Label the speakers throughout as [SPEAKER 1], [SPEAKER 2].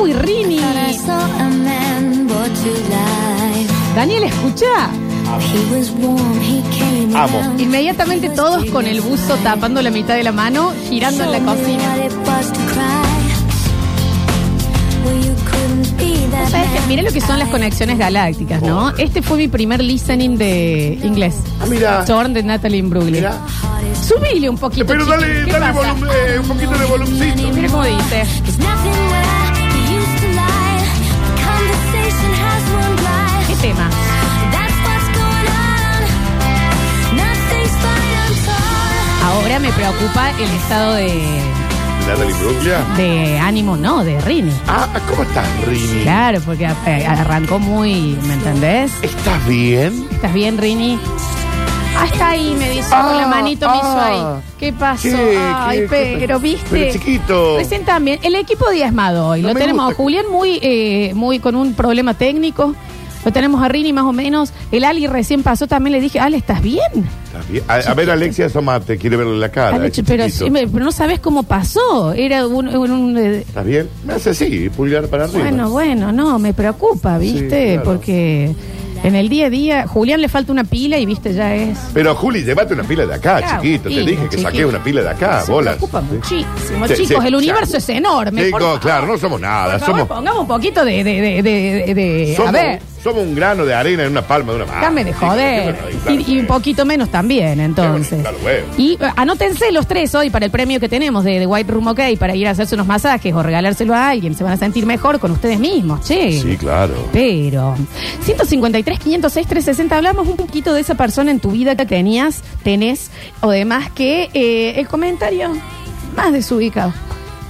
[SPEAKER 1] Uy, Rini. Daniel, escucha.
[SPEAKER 2] Amo.
[SPEAKER 1] Inmediatamente todos con el buzo tapando la mitad de la mano, girando en la cocina. Vos sabés que- Mirá lo que son las conexiones galácticas, ¿no? Este fue mi primer listening de inglés.
[SPEAKER 2] Ah, mira.
[SPEAKER 1] Torn de Natalie Imbruglia.
[SPEAKER 2] Mira.
[SPEAKER 1] Subile un poquito.
[SPEAKER 2] Pero
[SPEAKER 1] chico.
[SPEAKER 2] dale,
[SPEAKER 1] ¿Qué
[SPEAKER 2] dale
[SPEAKER 1] pasa?
[SPEAKER 2] volumen, eh, un poquito de volumcito.
[SPEAKER 1] Mira cómo dice. ¿Qué tema? Ahora me preocupa el estado de,
[SPEAKER 2] Natalie Bruglia.
[SPEAKER 1] de ánimo, no, de Rini.
[SPEAKER 2] Ah, ¿cómo estás, Rini?
[SPEAKER 1] Claro, porque eh, arrancó muy, ¿me entendés?
[SPEAKER 2] ¿Estás bien?
[SPEAKER 1] ¿Estás bien, Rini? Hasta ahí me dice,
[SPEAKER 2] Ah,
[SPEAKER 1] con la manito me hizo
[SPEAKER 2] ah.
[SPEAKER 1] ahí. ¿Qué pasó?
[SPEAKER 2] ¿Qué?
[SPEAKER 1] Ay,
[SPEAKER 2] ¿Qué?
[SPEAKER 1] pero viste.
[SPEAKER 2] Pero chiquito.
[SPEAKER 1] Recién también, el equipo diezmado hoy.
[SPEAKER 2] No
[SPEAKER 1] lo
[SPEAKER 2] me
[SPEAKER 1] tenemos
[SPEAKER 2] gusta.
[SPEAKER 1] a Julián muy, eh, muy con un problema técnico. Lo tenemos a Rini más o menos. El Ali recién pasó, también le dije, Ali, ¿estás bien?
[SPEAKER 2] ¿Estás bien? A, a ver, Alexia, asomate, quiere verle la cara.
[SPEAKER 1] Ale,
[SPEAKER 2] ese
[SPEAKER 1] pero,
[SPEAKER 2] chiquito.
[SPEAKER 1] sí, me- pero no sabes cómo pasó. Era un... un- un, eh,
[SPEAKER 2] ¿Estás bien? Me hace así, pulgar para arriba.
[SPEAKER 1] bueno, bueno, no, me preocupa, ¿viste?
[SPEAKER 2] Sí, claro.
[SPEAKER 1] Porque en el día a día, Julián le falta una pila y, ¿viste? Ya es...
[SPEAKER 2] Pero Juli, llévate una pila de acá,
[SPEAKER 1] Claro,
[SPEAKER 2] chiquito. Te
[SPEAKER 1] chiquito,
[SPEAKER 2] dije que
[SPEAKER 1] chiquito.
[SPEAKER 2] saqué una pila de acá,
[SPEAKER 1] Se
[SPEAKER 2] bolas.
[SPEAKER 1] preocupa muchísimo.
[SPEAKER 2] Sí,
[SPEAKER 1] Chicos,
[SPEAKER 2] sí,
[SPEAKER 1] el
[SPEAKER 2] ya.
[SPEAKER 1] universo es enorme. por
[SPEAKER 2] Chicos,
[SPEAKER 1] favor.
[SPEAKER 2] claro, no somos nada.
[SPEAKER 1] Por favor,
[SPEAKER 2] Somos,
[SPEAKER 1] pongamos un poquito de. de, de, de, de- de- a
[SPEAKER 2] somos,
[SPEAKER 1] ver,
[SPEAKER 2] somos un Ah, grano de arena en una palma de una mano.
[SPEAKER 1] dame de joder. y, y un poquito menos también, entonces.
[SPEAKER 2] Claro, bueno.
[SPEAKER 1] Y eh, anótense los tres hoy para el premio que tenemos de, de White Room OK para ir a hacerse unos masajes o regalárselo a alguien. Se van a sentir mejor con ustedes mismos, che.
[SPEAKER 2] Sí, claro.
[SPEAKER 1] Pero 153, 506, 360, hablamos un poquito de esa persona en tu vida que tenías, tenés, o demás, que eh, el comentario más desubicado,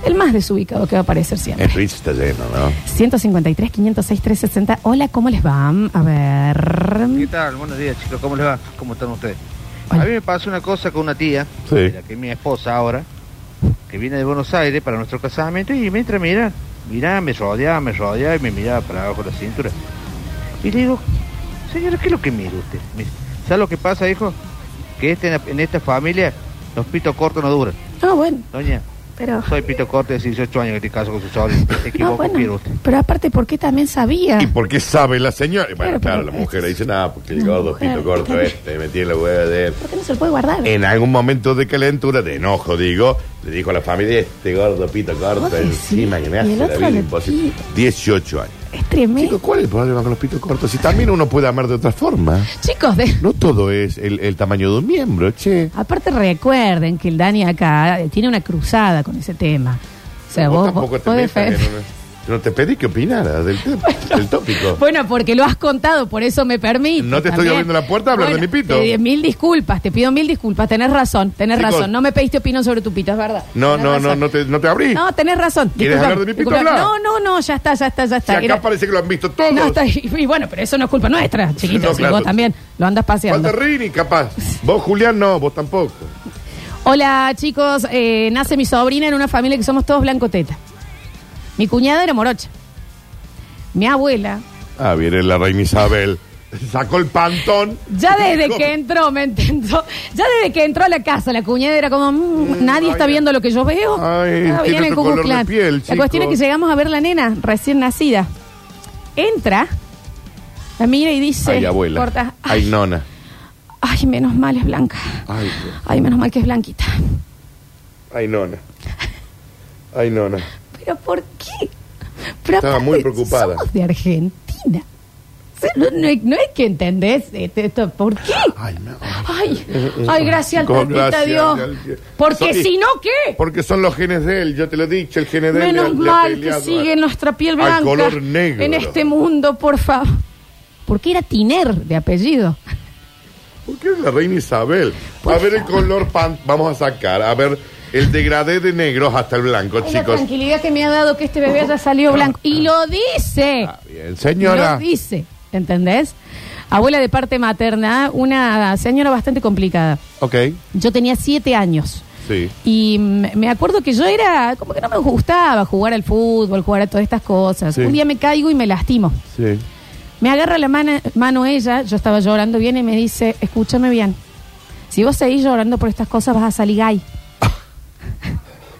[SPEAKER 1] el más desubicado que va a aparecer siempre.
[SPEAKER 2] El Rich está lleno, ¿no?
[SPEAKER 1] 153, 506, 360, hola, ¿cómo les va? A
[SPEAKER 3] ¿Qué
[SPEAKER 1] ver,
[SPEAKER 3] tal? Buenos días, chicos. ¿Cómo les va? ¿Cómo están ustedes?
[SPEAKER 1] Hola.
[SPEAKER 3] A mí me pasó una cosa con una tía,
[SPEAKER 2] Sí.
[SPEAKER 3] de la que es mi esposa ahora, que viene de Buenos Aires para nuestro casamiento y me entra a mirar. Mirá, me rodeaba, me rodeaba y me miraba para abajo la cintura. Y le digo, señora, ¿qué es lo que mira usted? Me dice, ¿Sabe lo que pasa, hijo? Que este, en esta familia los pitos cortos no duran.
[SPEAKER 1] no, bueno,
[SPEAKER 3] Doña,
[SPEAKER 1] pero...
[SPEAKER 3] soy pito corto de 18 años que te caso con su sobrino. Se
[SPEAKER 1] No,
[SPEAKER 3] equivoco, mire
[SPEAKER 1] bueno,
[SPEAKER 3] usted.
[SPEAKER 1] pero aparte, ¿por qué también sabía?
[SPEAKER 2] ¿Y por qué sabe la señora? Bueno,
[SPEAKER 1] Claro, pero-
[SPEAKER 2] claro, la mujer le dice, nada, porque el
[SPEAKER 1] No,
[SPEAKER 2] gordo
[SPEAKER 1] mujer,
[SPEAKER 2] pito corto
[SPEAKER 1] claro.
[SPEAKER 2] este, metí en la hueva de él.
[SPEAKER 1] ¿Por qué no se lo puede guardar?
[SPEAKER 2] En algún momento de calentura, de enojo, digo, le dijo a la familia, este gordo pito
[SPEAKER 1] Vos
[SPEAKER 2] corto
[SPEAKER 1] decís,
[SPEAKER 2] encima que me
[SPEAKER 1] y
[SPEAKER 2] hace
[SPEAKER 1] el
[SPEAKER 2] la
[SPEAKER 1] otro
[SPEAKER 2] vida
[SPEAKER 1] le
[SPEAKER 2] imposible.
[SPEAKER 1] pide.
[SPEAKER 2] 18 años.
[SPEAKER 1] Es tremendo.
[SPEAKER 2] Chicos, ¿cuál es el problema con los pitos cortos? Si también uno puede amar de otra forma.
[SPEAKER 1] Chicos, de...
[SPEAKER 2] No todo es el, el tamaño de un miembro, che.
[SPEAKER 1] Aparte recuerden que el Dani acá eh, tiene una cruzada con ese tema. O sea, vos,
[SPEAKER 2] tampoco
[SPEAKER 1] vos-
[SPEAKER 2] te
[SPEAKER 1] vos
[SPEAKER 2] metas
[SPEAKER 1] defe-
[SPEAKER 2] en una- No te pedí que opinaras del, tema, del tópico.
[SPEAKER 1] Bueno, porque lo has contado, por eso me permite.
[SPEAKER 2] No te estoy
[SPEAKER 1] también.
[SPEAKER 2] abriendo la puerta a hablar de mi pito.
[SPEAKER 1] eh, mil disculpas, te pido mil disculpas, tenés razón, tenés
[SPEAKER 2] Chicos.
[SPEAKER 1] razón. No me pediste opinión sobre tu pito, es verdad.
[SPEAKER 2] no,
[SPEAKER 1] Tenés
[SPEAKER 2] no, no,
[SPEAKER 1] razón.
[SPEAKER 2] no te, no te abrí.
[SPEAKER 1] No, tenés razón.
[SPEAKER 2] ¿Quieres
[SPEAKER 1] Disculpame,
[SPEAKER 2] hablar de mi pito?
[SPEAKER 1] disculpame.
[SPEAKER 2] Habla.
[SPEAKER 1] No, no, no, ya está, ya está, ya
[SPEAKER 2] Si
[SPEAKER 1] está.
[SPEAKER 2] acá
[SPEAKER 1] Era-
[SPEAKER 2] parece que lo han visto todos.
[SPEAKER 1] No, está- y bueno, pero eso no es culpa nuestra, chiquitos.
[SPEAKER 2] No,
[SPEAKER 1] si
[SPEAKER 2] claro.
[SPEAKER 1] vos también lo andas paseando.
[SPEAKER 2] Falta Rini, capaz. Vos, Julián, no, vos tampoco.
[SPEAKER 1] Hola chicos, Eh, nace mi sobrina en una familia que somos todos blancoteta. Mi cuñada era morocha. Mi abuela,
[SPEAKER 2] Ah, viene la reina Isabel. Sacó el pantón.
[SPEAKER 1] ya desde
[SPEAKER 2] Dijo,
[SPEAKER 1] que entró, me entendió, ya desde que entró a la casa, la cuñada era como, "Mm, nadie
[SPEAKER 2] ay,
[SPEAKER 1] está
[SPEAKER 2] ay.
[SPEAKER 1] viendo lo que yo veo.
[SPEAKER 2] Ay,
[SPEAKER 1] Ah,
[SPEAKER 2] tiene
[SPEAKER 1] viene el
[SPEAKER 2] otro
[SPEAKER 1] Ku Klux
[SPEAKER 2] color de
[SPEAKER 1] Klan.
[SPEAKER 2] piel,
[SPEAKER 1] La
[SPEAKER 2] chicos.
[SPEAKER 1] cuestión es que llegamos a ver la nena recién nacida. Entra, la mira y dice,
[SPEAKER 2] Ay, abuela.
[SPEAKER 1] corta,
[SPEAKER 2] Ay,
[SPEAKER 1] ay,
[SPEAKER 2] nona.
[SPEAKER 1] ay, menos mal es blanca.
[SPEAKER 2] Ay,
[SPEAKER 1] Ay, menos mal que es blanquita.
[SPEAKER 2] ay, nona. Ay, nona.
[SPEAKER 1] ¿Pero por qué? Pero
[SPEAKER 2] Estaba
[SPEAKER 1] aparte,
[SPEAKER 2] muy preocupada.
[SPEAKER 1] Somos de Argentina. O sea, No, no es, no es que entendés este, esto. ¿Por qué?
[SPEAKER 2] Ay, no.
[SPEAKER 1] Ay, ay, gracias al
[SPEAKER 2] Con
[SPEAKER 1] tantita
[SPEAKER 2] gracias,
[SPEAKER 1] Dios.
[SPEAKER 2] gracias.
[SPEAKER 1] Porque
[SPEAKER 2] Soy-
[SPEAKER 1] si no, ¿qué?
[SPEAKER 2] Porque son los genes de él, yo te lo he dicho, el gene de él. le
[SPEAKER 1] Menos
[SPEAKER 2] ha- le ha
[SPEAKER 1] mal que
[SPEAKER 2] peleado
[SPEAKER 1] sigue
[SPEAKER 2] al-
[SPEAKER 1] nuestra piel
[SPEAKER 2] al
[SPEAKER 1] blanca
[SPEAKER 2] color negro.
[SPEAKER 1] en este mundo, por favor. Porque era Tiner de apellido.
[SPEAKER 2] ¿Por qué es la reina Isabel?
[SPEAKER 1] Por
[SPEAKER 2] a ver el
[SPEAKER 1] favor.
[SPEAKER 2] color pan, vamos a sacar, a ver el degradé de negros hasta el blanco,
[SPEAKER 1] Ay, la
[SPEAKER 2] chicos.
[SPEAKER 1] tranquilidad que me ha dado que este bebé haya salido blanco. Y lo dice.
[SPEAKER 2] Está bien, señora.
[SPEAKER 1] Lo dice, ¿entendés? Abuela de parte materna, una señora bastante complicada.
[SPEAKER 2] Ok,
[SPEAKER 1] Yo tenía siete años.
[SPEAKER 2] sí.
[SPEAKER 1] Y mm, me acuerdo que yo era, como que no me gustaba jugar al fútbol, jugar a todas estas cosas.
[SPEAKER 2] Sí.
[SPEAKER 1] Un día me caigo y me lastimo.
[SPEAKER 2] Sí.
[SPEAKER 1] Me agarra la mana- mano ella, yo estaba llorando bien y me dice, escúchame bien, si vos seguís llorando por estas cosas vas a salir gay.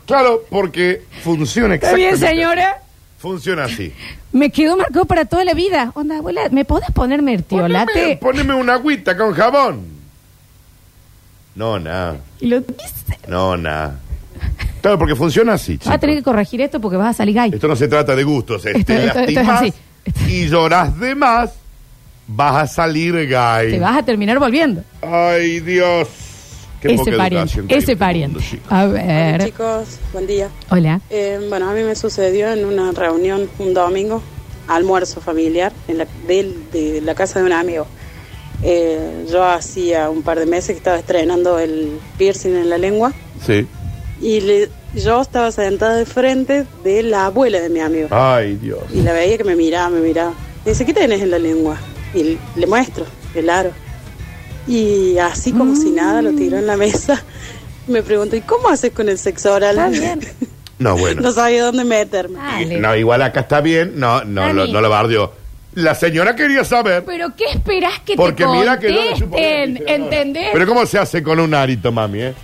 [SPEAKER 2] Claro, porque funciona
[SPEAKER 1] ¿Está
[SPEAKER 2] exactamente.
[SPEAKER 1] bien, señora?
[SPEAKER 2] Funciona así.
[SPEAKER 1] Me quedó marcado para toda la vida. Onda, abuela, ¿me podés poner
[SPEAKER 2] Poneme,
[SPEAKER 1] mertiolate?
[SPEAKER 2] poneme una agüita con jabón. No, nada.
[SPEAKER 1] Y lo dice.
[SPEAKER 2] No, nada. Claro, porque funciona así.
[SPEAKER 1] Vas a
[SPEAKER 2] chicos.
[SPEAKER 1] tener que corregir esto porque vas a salir gay.
[SPEAKER 2] Esto no se trata de gustos. eh.
[SPEAKER 1] Esto-
[SPEAKER 2] te
[SPEAKER 1] esto- esto es
[SPEAKER 2] lastimás
[SPEAKER 1] así. Esto-
[SPEAKER 2] y lloras de más, vas a salir gay.
[SPEAKER 1] Te vas a terminar volviendo.
[SPEAKER 2] Ay, Dios. Qué
[SPEAKER 1] ese
[SPEAKER 2] poca
[SPEAKER 1] pariente.
[SPEAKER 2] educación que hay en
[SPEAKER 1] Ese
[SPEAKER 2] este
[SPEAKER 1] pariente.
[SPEAKER 2] mundo, chicos.
[SPEAKER 1] a
[SPEAKER 4] Hola,
[SPEAKER 1] ver.
[SPEAKER 4] chicos, buen día.
[SPEAKER 1] Hola.
[SPEAKER 4] Eh, bueno, a mí me sucedió en una reunión un domingo, almuerzo familiar, en la, del- de, la casa de un amigo. Eh, yo hacía un par de meses que estaba estrenando el piercing en la lengua
[SPEAKER 2] Sí.
[SPEAKER 4] y le- yo estaba sentada de frente de la abuela de mi amigo.
[SPEAKER 2] Ay, Dios.
[SPEAKER 4] Y la veía que me miraba, me miraba. Me dice, ¿qué tenés en la lengua? Y le muestro, el aro. Y así como si nada, lo tiró en la mesa. Me pregunto, ¿y cómo haces con el sexo oral?
[SPEAKER 1] Está bien.
[SPEAKER 2] No, bueno.
[SPEAKER 4] No sabía dónde meterme.
[SPEAKER 1] Dale.
[SPEAKER 2] No, igual acá está bien. No, no,
[SPEAKER 1] Dani.
[SPEAKER 2] lo, no lo bardió. La señora quería saber.
[SPEAKER 1] Pero ¿qué esperás que
[SPEAKER 2] Porque
[SPEAKER 1] te
[SPEAKER 2] mira que yo le
[SPEAKER 1] contesten?
[SPEAKER 2] supo que me hicieron ahora.
[SPEAKER 1] ¿Entendés?
[SPEAKER 2] Pero ¿cómo se hace con un arito, mami, eh?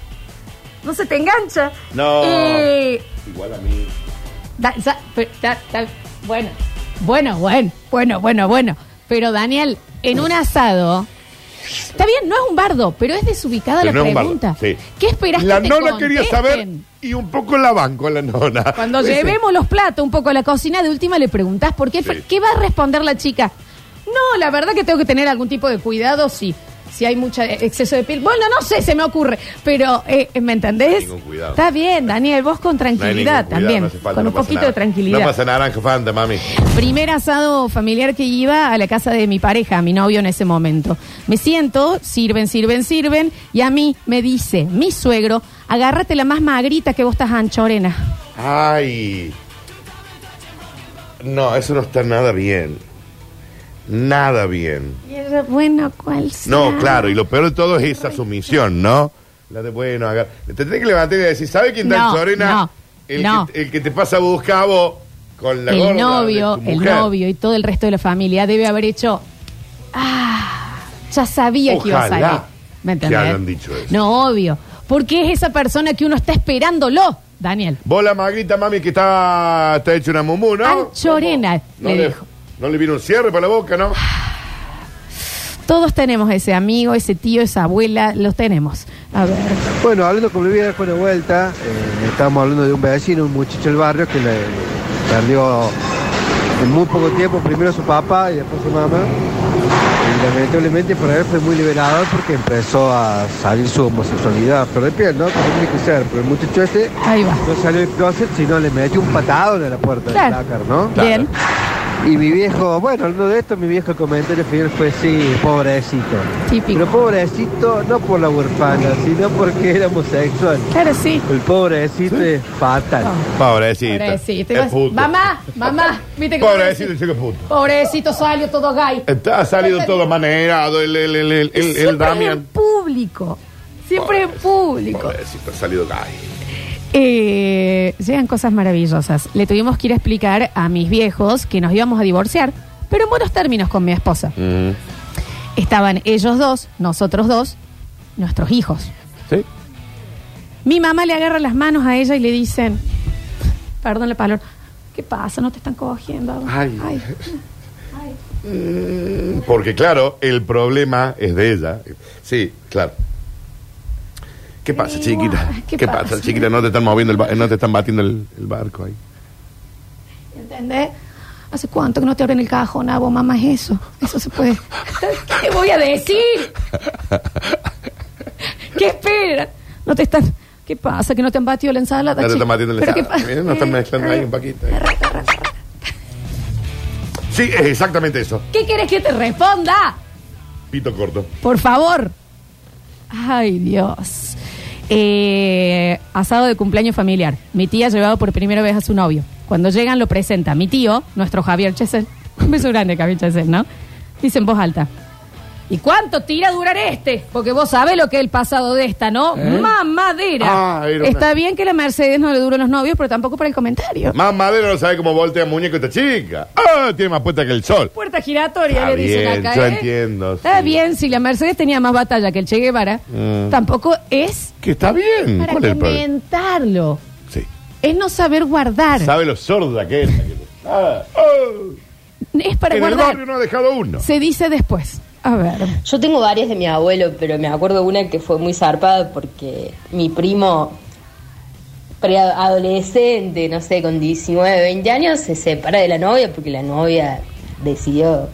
[SPEAKER 1] No se te engancha.
[SPEAKER 2] No.
[SPEAKER 1] Eh,
[SPEAKER 2] Igual a mí.
[SPEAKER 1] da- sa- pe- da- da- bueno, bueno, bueno, bueno, bueno, bueno. Pero Daniel, en un asado. Está bien, no es un bardo, pero es desubicada
[SPEAKER 2] Pero
[SPEAKER 1] la
[SPEAKER 2] no es un bardo,
[SPEAKER 1] pregunta.
[SPEAKER 2] sí.
[SPEAKER 1] ¿Qué esperás
[SPEAKER 2] La
[SPEAKER 1] que te
[SPEAKER 2] nona quería saber
[SPEAKER 1] contesten?
[SPEAKER 2] y un poco la banco la nona.
[SPEAKER 1] Cuando
[SPEAKER 2] Dice,
[SPEAKER 1] llevemos los platos un poco a la cocina, de última le preguntás por qué.
[SPEAKER 2] Sí.
[SPEAKER 1] ¿Qué va a responder la chica? No, la verdad que tengo que tener algún tipo de cuidado si, si hay mucho exceso de piel. Bueno, no sé, se me ocurre. Pero, eh, ¿me entendés?
[SPEAKER 2] ningún cuidado.
[SPEAKER 1] Está bien, Daniel, vos con
[SPEAKER 2] No hay ningún
[SPEAKER 1] tranquilidad
[SPEAKER 2] cuidado,
[SPEAKER 1] también.
[SPEAKER 2] no hace falta,
[SPEAKER 1] con
[SPEAKER 2] no
[SPEAKER 1] un
[SPEAKER 2] pasa
[SPEAKER 1] poquito
[SPEAKER 2] nada.
[SPEAKER 1] de tranquilidad.
[SPEAKER 2] No pasa naranja fanta, mami.
[SPEAKER 1] Primer asado familiar que iba a la casa de mi pareja, mi novio en ese momento. Me siento, sirven, sirven, sirven, y a mí me dice mi suegro, agárrate la más magrita que vos estás anchorena.
[SPEAKER 2] Ay. No, eso no está nada bien. Nada bien.
[SPEAKER 1] Y ella, bueno, ¿cuál será?
[SPEAKER 2] No, claro, y lo peor de todo es esa sumisión, ¿no? La de bueno, agar... te tenés que levantar y decir, ¿sabe quién está
[SPEAKER 1] No,
[SPEAKER 2] en Sorena?
[SPEAKER 1] no,
[SPEAKER 2] el,
[SPEAKER 1] no.
[SPEAKER 2] Que, el que te pasa a buscar a vos con la gorda
[SPEAKER 1] el
[SPEAKER 2] de
[SPEAKER 1] novio,
[SPEAKER 2] tu
[SPEAKER 1] el
[SPEAKER 2] mujer.
[SPEAKER 1] novio y todo el resto de la familia debe haber hecho. Ah, ya sabía que iba a
[SPEAKER 2] Ojalá
[SPEAKER 1] salir.
[SPEAKER 2] que
[SPEAKER 1] ¿Me entendés?
[SPEAKER 2] hayan dicho eso.
[SPEAKER 1] No, obvio. Porque es esa persona que uno está esperándolo, Daniel.
[SPEAKER 2] Vos la magrita, mami, que está, está hecho una mumú, ¿no?
[SPEAKER 1] Anchorena,
[SPEAKER 2] No
[SPEAKER 1] le
[SPEAKER 2] le,
[SPEAKER 1] dijo.
[SPEAKER 2] no le vino un cierre para la boca, ¿no?
[SPEAKER 1] Todos tenemos ese amigo, ese tío, esa abuela, los tenemos. A ver.
[SPEAKER 5] Bueno, hablando con mi viejo una vuelta, eh, estábamos hablando de un vecino, un muchacho del barrio que le perdió en muy poco tiempo primero a su papá y después a su mamá. Y lamentablemente para él fue muy liberador porque empezó a salir su homosexualidad, pero de piel, ¿no? Como tiene que ser, pero el muchacho este
[SPEAKER 1] Ahí va.
[SPEAKER 5] no salió del closet, sino le metió un patadón a la puerta
[SPEAKER 1] Claro.
[SPEAKER 5] del placar, ¿no?
[SPEAKER 1] Bien.
[SPEAKER 5] Y mi viejo, bueno, hablando de esto, mi viejo comentario final fue sí, pobrecito.
[SPEAKER 1] Típico.
[SPEAKER 5] Pero pobrecito no por la huerfana, sino porque era homosexual.
[SPEAKER 1] Claro, sí. Ah.
[SPEAKER 5] El pobrecito es fatal.
[SPEAKER 2] Pobrecita.
[SPEAKER 1] Pobrecito.
[SPEAKER 2] Es puto.
[SPEAKER 1] Mamá, mamá. ¿viste que
[SPEAKER 2] Pobrecito, el chico es puto.
[SPEAKER 1] Pobrecito, salió todo gay.
[SPEAKER 2] Está, ha salido todo manerado el, el, el, el, el, el
[SPEAKER 1] Siempre en
[SPEAKER 2] Damián.
[SPEAKER 1] público. Siempre en público.
[SPEAKER 2] Pobrecito, ha salido gay.
[SPEAKER 1] Eh, llegan cosas maravillosas. Le tuvimos que ir a explicar a mis viejos que nos íbamos a divorciar, pero en buenos términos con mi esposa. Estaban ellos dos, nosotros dos, nuestros hijos.
[SPEAKER 2] Sí.
[SPEAKER 1] Mi mamá le agarra las manos a ella y le dicen, perdón la palabra, ¿qué pasa? ¿No te están cogiendo?
[SPEAKER 2] Ay.
[SPEAKER 1] Ay.
[SPEAKER 2] Porque claro, el problema es de ella. Sí, claro. ¿Qué pasa,
[SPEAKER 1] Igual,
[SPEAKER 2] chiquita?
[SPEAKER 1] ¿qué
[SPEAKER 2] ¿Qué,
[SPEAKER 1] pasa?
[SPEAKER 2] pasa? chiquita? No te están moviendo, el ba- no te están batiendo el, el barco ahí.
[SPEAKER 1] ¿Entendés? ¿Hace cuánto que no te abren el cajón, Abo? Mamá, es eso. Eso se puede. ¿Qué te voy a decir? ¿Qué esperas? No te están. ¿Qué pasa? ¿Que no te han batido la ensalada?
[SPEAKER 2] No te
[SPEAKER 1] chico?
[SPEAKER 2] están batiendo el
[SPEAKER 1] ¿Pero qué
[SPEAKER 2] ensalada.
[SPEAKER 1] pa-
[SPEAKER 2] Mira, no están mezclando ahí un poquito. Sí, es exactamente eso.
[SPEAKER 1] ¿Qué quieres que te responda?
[SPEAKER 2] Pito corto.
[SPEAKER 1] Por favor. Ay, Dios. Eh, asado de cumpleaños familiar. Mi tía ha llevado por primera vez a su novio. Cuando llegan lo presenta mi tío, nuestro Javier Chesel. Un beso grande, Javier Chesel, ¿no? Dice en voz alta. ¿Y cuánto tira a durar este? Porque vos sabés lo que es el pasado de esta, ¿no? Mamadera.
[SPEAKER 2] ¿Eh? Ah, era una-
[SPEAKER 1] Está bien que la Mercedes no le dure a los novios, pero tampoco para el comentario.
[SPEAKER 2] Más madera no sabe cómo voltea muñeco esta chica. ¡Ah! Tiene más puesta que el sol.
[SPEAKER 1] Puerta giratoria,
[SPEAKER 2] Está
[SPEAKER 1] le dicen
[SPEAKER 2] bien,
[SPEAKER 1] acá.
[SPEAKER 2] yo
[SPEAKER 1] ¿eh?
[SPEAKER 2] entiendo,
[SPEAKER 1] Está
[SPEAKER 2] sí.
[SPEAKER 1] bien, si la Mercedes tenía más batalla que el Che Guevara,
[SPEAKER 2] Mm.
[SPEAKER 1] tampoco es
[SPEAKER 2] Que está bien.
[SPEAKER 1] Para
[SPEAKER 2] ¿Cuál es el problema?
[SPEAKER 1] comentarlo.
[SPEAKER 2] Sí.
[SPEAKER 1] Es no saber guardar.
[SPEAKER 2] Sabe lo sorda que es. Nada. ¡Oh!
[SPEAKER 1] Es para
[SPEAKER 2] en el
[SPEAKER 1] guardar.
[SPEAKER 2] barrio no ha dejado uno.
[SPEAKER 1] Se dice después. A ver.
[SPEAKER 6] Yo tengo varias de mi abuelo, pero me acuerdo una que fue muy zarpada porque mi primo preadolescente, no sé, con 19, 20 años, se separa de la novia porque la novia decidió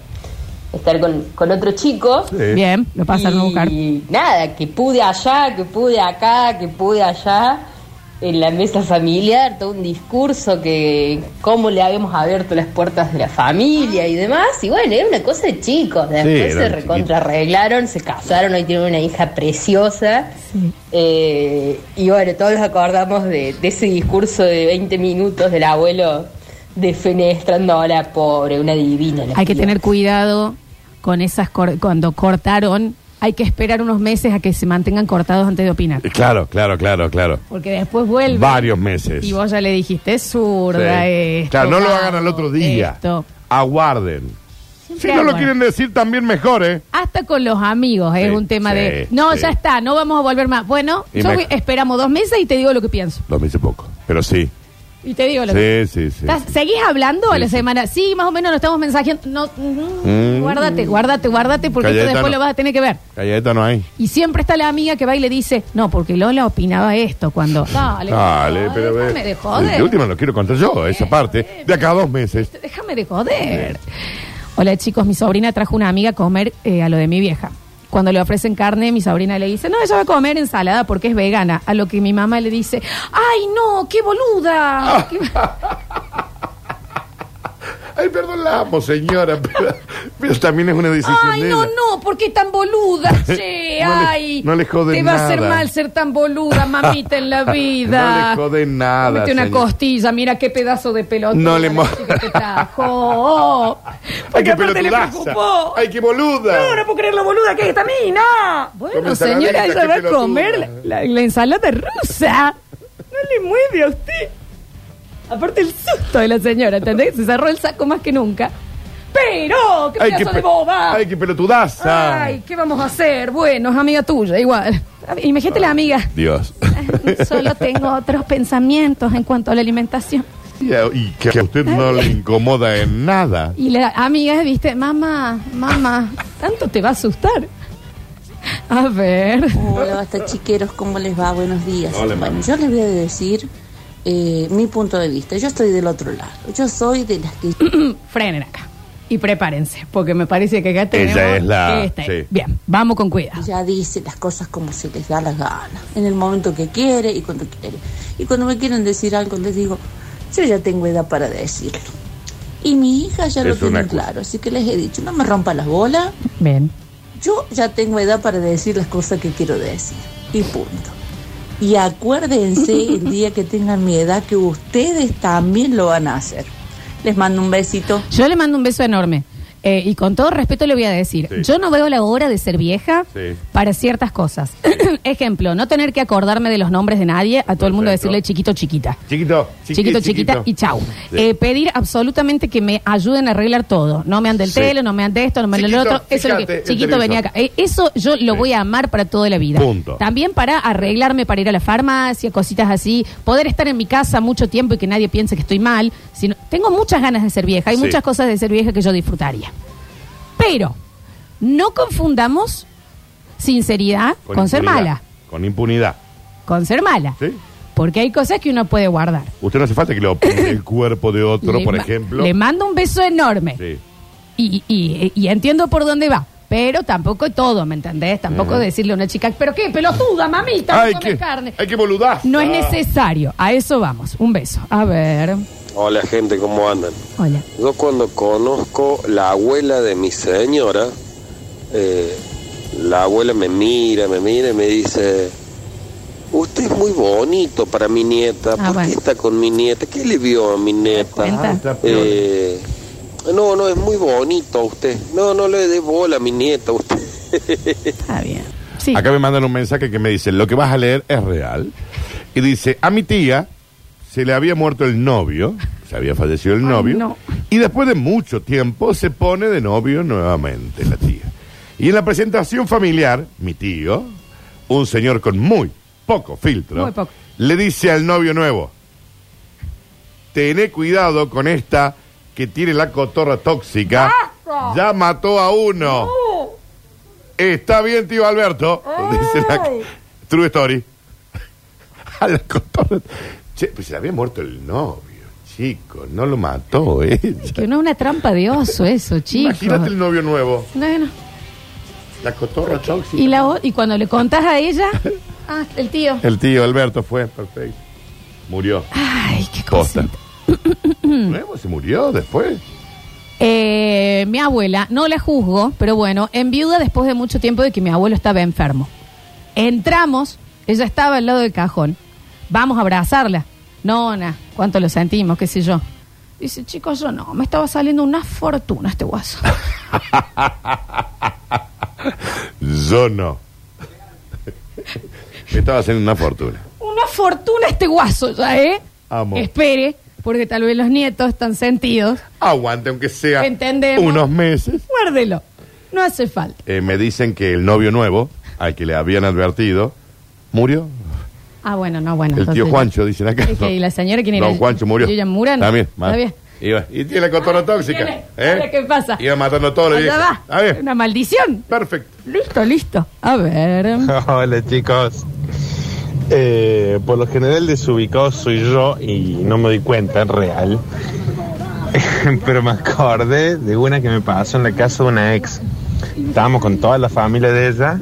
[SPEAKER 6] estar con, con otro chico.
[SPEAKER 2] Sí.
[SPEAKER 1] Bien, lo pasaron a buscar.
[SPEAKER 6] Y nada, que pude allá, que pude acá, que pude allá, en la mesa familiar, todo un discurso que cómo le habíamos abierto las puertas de la familia y demás. Y bueno, era una cosa de chicos. Después
[SPEAKER 2] Sí,
[SPEAKER 6] se
[SPEAKER 2] eran chiquitos.
[SPEAKER 6] recontra arreglaron, se casaron, hoy tienen una hija preciosa.
[SPEAKER 1] Sí.
[SPEAKER 6] Eh, y bueno, todos nos acordamos de, de ese discurso de 20 minutos del abuelo defenestrando a la pobre, una divina. la
[SPEAKER 1] Hay que
[SPEAKER 6] piba.
[SPEAKER 1] tener cuidado con esas cor- cuando cortaron. Hay que esperar unos meses a que se mantengan cortados antes de opinar.
[SPEAKER 2] Eh, Claro, claro, claro, claro.
[SPEAKER 1] Porque después vuelve.
[SPEAKER 2] Varios meses.
[SPEAKER 1] Y vos ya le dijiste, es zurda
[SPEAKER 2] Sí.
[SPEAKER 1] esto,
[SPEAKER 2] Claro, no lo
[SPEAKER 1] vamos,
[SPEAKER 2] hagan al otro día.
[SPEAKER 1] esto.
[SPEAKER 2] Aguarden.
[SPEAKER 1] Siempre
[SPEAKER 2] Si no
[SPEAKER 1] hay,
[SPEAKER 2] lo
[SPEAKER 1] bueno.
[SPEAKER 2] quieren decir, también mejor, ¿eh?
[SPEAKER 1] Hasta con los amigos es
[SPEAKER 2] Sí,
[SPEAKER 1] un tema
[SPEAKER 2] sí,
[SPEAKER 1] de. No,
[SPEAKER 2] sí.
[SPEAKER 1] ya está, no vamos a volver más. Bueno,
[SPEAKER 2] Y
[SPEAKER 1] yo
[SPEAKER 2] me-
[SPEAKER 1] voy- esperamos dos meses y te digo lo que pienso.
[SPEAKER 2] Lo me hice poco. Pero sí.
[SPEAKER 1] Y te digo lo que
[SPEAKER 2] Sí, sí, sí.
[SPEAKER 1] ¿Estás- ¿Seguís hablando a la
[SPEAKER 2] Sí, sí.
[SPEAKER 1] semana? Sí, más o menos nos estamos mensajeando. No, mm,
[SPEAKER 2] Mm.
[SPEAKER 1] Guárdate, guárdate, guárdate, porque esto
[SPEAKER 2] Cayetano.
[SPEAKER 1] después lo vas a tener que ver.
[SPEAKER 2] Calladita no hay.
[SPEAKER 1] Y siempre está la amiga que va y le dice, no, porque Lola opinaba esto cuando. Dale,
[SPEAKER 2] Dale,
[SPEAKER 1] joder,
[SPEAKER 2] pero
[SPEAKER 1] déjame de joder.
[SPEAKER 2] El último lo quiero contar yo, esa parte. De acá a dos meses.
[SPEAKER 1] Déjame de joder. Hola chicos, mi sobrina trajo una amiga a comer eh, a lo de mi vieja. Cuando le ofrecen carne, mi sobrina le dice, no, ella va a comer ensalada porque es vegana. A lo que mi mamá le dice, ay no, qué
[SPEAKER 2] Ah.
[SPEAKER 1] boluda.
[SPEAKER 2] Ay, perdón, la amo, señora. Pero, pero también es una decisión
[SPEAKER 1] Ay,
[SPEAKER 2] de
[SPEAKER 1] no,
[SPEAKER 2] ella.
[SPEAKER 1] no, porque tan boluda, che,
[SPEAKER 2] No le-
[SPEAKER 1] ay.
[SPEAKER 2] no le jode
[SPEAKER 1] Te va a hacer
[SPEAKER 2] nada.
[SPEAKER 1] mal ser tan boluda, mamita, en la vida.
[SPEAKER 2] No le jode nada,
[SPEAKER 1] Cómete una
[SPEAKER 2] señor.
[SPEAKER 1] costilla, mira qué pedazo de pelota.
[SPEAKER 2] No le mo-
[SPEAKER 1] te trajo. Oh,
[SPEAKER 2] Ay,
[SPEAKER 1] porque
[SPEAKER 2] qué
[SPEAKER 1] aparte le
[SPEAKER 2] pelotudaza.
[SPEAKER 1] preocupó.
[SPEAKER 2] Ay, qué boluda.
[SPEAKER 1] No, no puedo creer lo boluda que está a mí, no. Bueno,
[SPEAKER 2] Come ensaladita,
[SPEAKER 1] señora, ella
[SPEAKER 2] qué
[SPEAKER 1] va a
[SPEAKER 2] pelotuda.
[SPEAKER 1] comer la, la ensalada rusa. No le mueve a usted. Aparte el susto de la señora, ¿entendés? Se cerró el saco más que nunca. Pero, qué
[SPEAKER 2] Ay, qué
[SPEAKER 1] pedazo de
[SPEAKER 2] pe-
[SPEAKER 1] boba.
[SPEAKER 2] Ay, qué pelotudaza.
[SPEAKER 1] Ay, ¿qué vamos a hacer? Bueno, es amiga tuya, igual. Imagínate la amiga.
[SPEAKER 2] Dios.
[SPEAKER 1] Solo tengo otros pensamientos en cuanto a la alimentación.
[SPEAKER 2] Y, a- y que a usted no le incomoda en nada.
[SPEAKER 1] Y la amiga, viste, mamá, mamá, tanto te va a asustar. A ver.
[SPEAKER 7] Hola, basta chiqueros, ¿cómo les va? Buenos días.
[SPEAKER 2] Hola,
[SPEAKER 7] bueno,
[SPEAKER 2] mami.
[SPEAKER 7] yo les voy a decir eh, mi punto de vista. Yo estoy del otro lado. Yo soy de las que
[SPEAKER 1] Frenen acá. Y prepárense, porque me parece que acá tenemos...
[SPEAKER 2] Ella es la-
[SPEAKER 1] este.
[SPEAKER 2] sí.
[SPEAKER 1] Bien, vamos con cuidado.
[SPEAKER 7] ya dice las cosas como se les da la gana, en el momento que quiere y cuando quiere. Y cuando me quieren decir algo, les digo, yo ya tengo edad para decirlo. Y mi hija ya lo
[SPEAKER 2] Es una
[SPEAKER 7] tiene
[SPEAKER 2] excusa.
[SPEAKER 7] claro, así que les he dicho, no me rompa las bolas,
[SPEAKER 1] Bien.
[SPEAKER 7] Yo ya tengo edad para decir las cosas que quiero decir. Y punto. Y acuérdense el día que tengan mi edad que ustedes también lo van a hacer. Les mando un besito.
[SPEAKER 1] Yo le mando un beso enorme. Eh, y con todo respeto le voy a decir,
[SPEAKER 2] Sí.
[SPEAKER 1] yo no veo la hora de ser vieja
[SPEAKER 2] Sí.
[SPEAKER 1] para ciertas cosas. Ejemplo, no tener que acordarme de los nombres de nadie, a todo el mundo
[SPEAKER 2] Perfecto.
[SPEAKER 1] decirle chiquito, chiquita.
[SPEAKER 2] Chiquito,
[SPEAKER 1] Chiquito, chiquita y chau.
[SPEAKER 2] Sí.
[SPEAKER 1] Eh, pedir absolutamente que me ayuden a arreglar todo. No me ande el
[SPEAKER 2] Sí.
[SPEAKER 1] telo, no me ande esto, no me ande lo
[SPEAKER 2] Chiquito,
[SPEAKER 1] otro. Eso es lo
[SPEAKER 2] fíjate
[SPEAKER 1] que,
[SPEAKER 2] el
[SPEAKER 1] chiquito,
[SPEAKER 2] televisor.
[SPEAKER 1] venía acá. Eh, eso yo lo
[SPEAKER 2] Sí.
[SPEAKER 1] voy a amar para toda la vida.
[SPEAKER 2] Punto.
[SPEAKER 1] También para arreglarme para ir a la farmacia, cositas así. Poder estar en mi casa mucho tiempo y que nadie piense que estoy mal. Sino, tengo muchas ganas de ser vieja. Hay
[SPEAKER 2] Sí.
[SPEAKER 1] muchas cosas de ser vieja que yo disfrutaría. Pero no confundamos sinceridad con, ser
[SPEAKER 2] impunidad.
[SPEAKER 1] mala.
[SPEAKER 2] Con impunidad.
[SPEAKER 1] Con ser mala.
[SPEAKER 2] ¿Sí?
[SPEAKER 1] Porque hay cosas que uno puede guardar.
[SPEAKER 2] Usted no hace falta que le opine el cuerpo de otro,
[SPEAKER 1] Le
[SPEAKER 2] por
[SPEAKER 1] ma-
[SPEAKER 2] ejemplo.
[SPEAKER 1] Le mando un beso enorme.
[SPEAKER 2] Sí.
[SPEAKER 1] Y, y- y entiendo por dónde va. Pero tampoco todo, ¿me entendés? Tampoco decirle a una chica, ¿pero qué? Pelotuda, mamita,
[SPEAKER 2] Ay,
[SPEAKER 1] no
[SPEAKER 2] qué,
[SPEAKER 1] comes carne.
[SPEAKER 2] ay, qué boludaza.
[SPEAKER 1] No es necesario. A eso vamos. Un beso. A ver.
[SPEAKER 8] Hola gente, ¿cómo andan?
[SPEAKER 1] Hola.
[SPEAKER 8] Yo cuando conozco la abuela de mi señora, eh, la abuela me mira, me mira y me dice, usted es muy bonito para mi nieta, ¿por
[SPEAKER 1] Ah, bueno. Ah,
[SPEAKER 8] qué está con mi nieta? ¿Qué le vio a mi
[SPEAKER 1] cuenta?
[SPEAKER 8] nieta?
[SPEAKER 2] Ah, Está peor.
[SPEAKER 8] Eh, no, no, es muy bonito usted. No, no le dé bola a mi nieta usted.
[SPEAKER 1] Está bien. Sí.
[SPEAKER 2] Acá me mandan un mensaje que me dice, lo que vas a leer es real. Y dice, a mi tía se le había muerto el novio, se había fallecido el
[SPEAKER 1] Ay,
[SPEAKER 2] novio,
[SPEAKER 1] no.
[SPEAKER 2] y después de mucho tiempo se pone de novio nuevamente la tía. Y en la presentación familiar, mi tío, un señor con muy poco filtro,
[SPEAKER 1] Muy poco.
[SPEAKER 2] le dice al novio nuevo, tené cuidado con esta que tire la cotorra tóxica ya mató a uno. Está bien, tío Alberto. Dice la- True Story. A la cotorra. Che, pues se le había muerto el novio, chico. No lo mató ella.
[SPEAKER 1] Que no es una trampa de oso eso, chicos.
[SPEAKER 2] Imagínate el novio nuevo.
[SPEAKER 1] Bueno,
[SPEAKER 2] La cotorra tóxica.
[SPEAKER 1] y, la, o- y cuando le contás a ella, ah, el tío.
[SPEAKER 2] El tío Alberto fue, perfecto. Murió.
[SPEAKER 1] Ay, qué
[SPEAKER 2] Posta.
[SPEAKER 1] cosa.
[SPEAKER 2] Nuevo se murió después.
[SPEAKER 1] Eh, mi abuela, no la juzgo, pero bueno, en viuda después de mucho tiempo de que mi abuelo estaba enfermo. Entramos, ella estaba al lado del cajón. Vamos a abrazarla. Nona, cuánto lo sentimos, qué sé yo. Dice, chicos, yo no, me estaba saliendo una fortuna este guaso.
[SPEAKER 2] Yo no. Me estaba haciendo una fortuna.
[SPEAKER 1] Una fortuna este guaso, ya, ¿eh?
[SPEAKER 2] Amo.
[SPEAKER 1] Espere, porque tal vez los nietos están sentidos.
[SPEAKER 2] Aguante, aunque sea
[SPEAKER 1] Entendemos.
[SPEAKER 2] unos meses.
[SPEAKER 1] Muérdelo, no hace falta.
[SPEAKER 2] Eh, me dicen que el novio nuevo, al que le habían advertido, murió.
[SPEAKER 1] Ah, bueno, no, bueno.
[SPEAKER 2] El tío
[SPEAKER 1] entonces-
[SPEAKER 2] Juancho, dicen acá.
[SPEAKER 1] Es que, ¿y la señora quién era?
[SPEAKER 2] Don Juancho murió.
[SPEAKER 1] Yuya Murano.
[SPEAKER 2] También.
[SPEAKER 1] Está
[SPEAKER 2] mal.
[SPEAKER 1] bien.
[SPEAKER 2] Iba- Y tiene la cotorra tóxica.
[SPEAKER 1] Tiene.
[SPEAKER 2] ¿eh?
[SPEAKER 1] Ahora, ¿Qué pasa?
[SPEAKER 2] Iba matando a todos los
[SPEAKER 1] Allá
[SPEAKER 2] viejos.
[SPEAKER 1] va.
[SPEAKER 2] Está bien.
[SPEAKER 1] Una maldición.
[SPEAKER 2] Perfecto.
[SPEAKER 1] Listo, listo. A ver.
[SPEAKER 9] Hola chicos. Eh, por lo general desubicado soy yo y no me doy cuenta, es real. Pero me acordé de una que me pasó en la casa de una ex. Estábamos con toda la familia de ella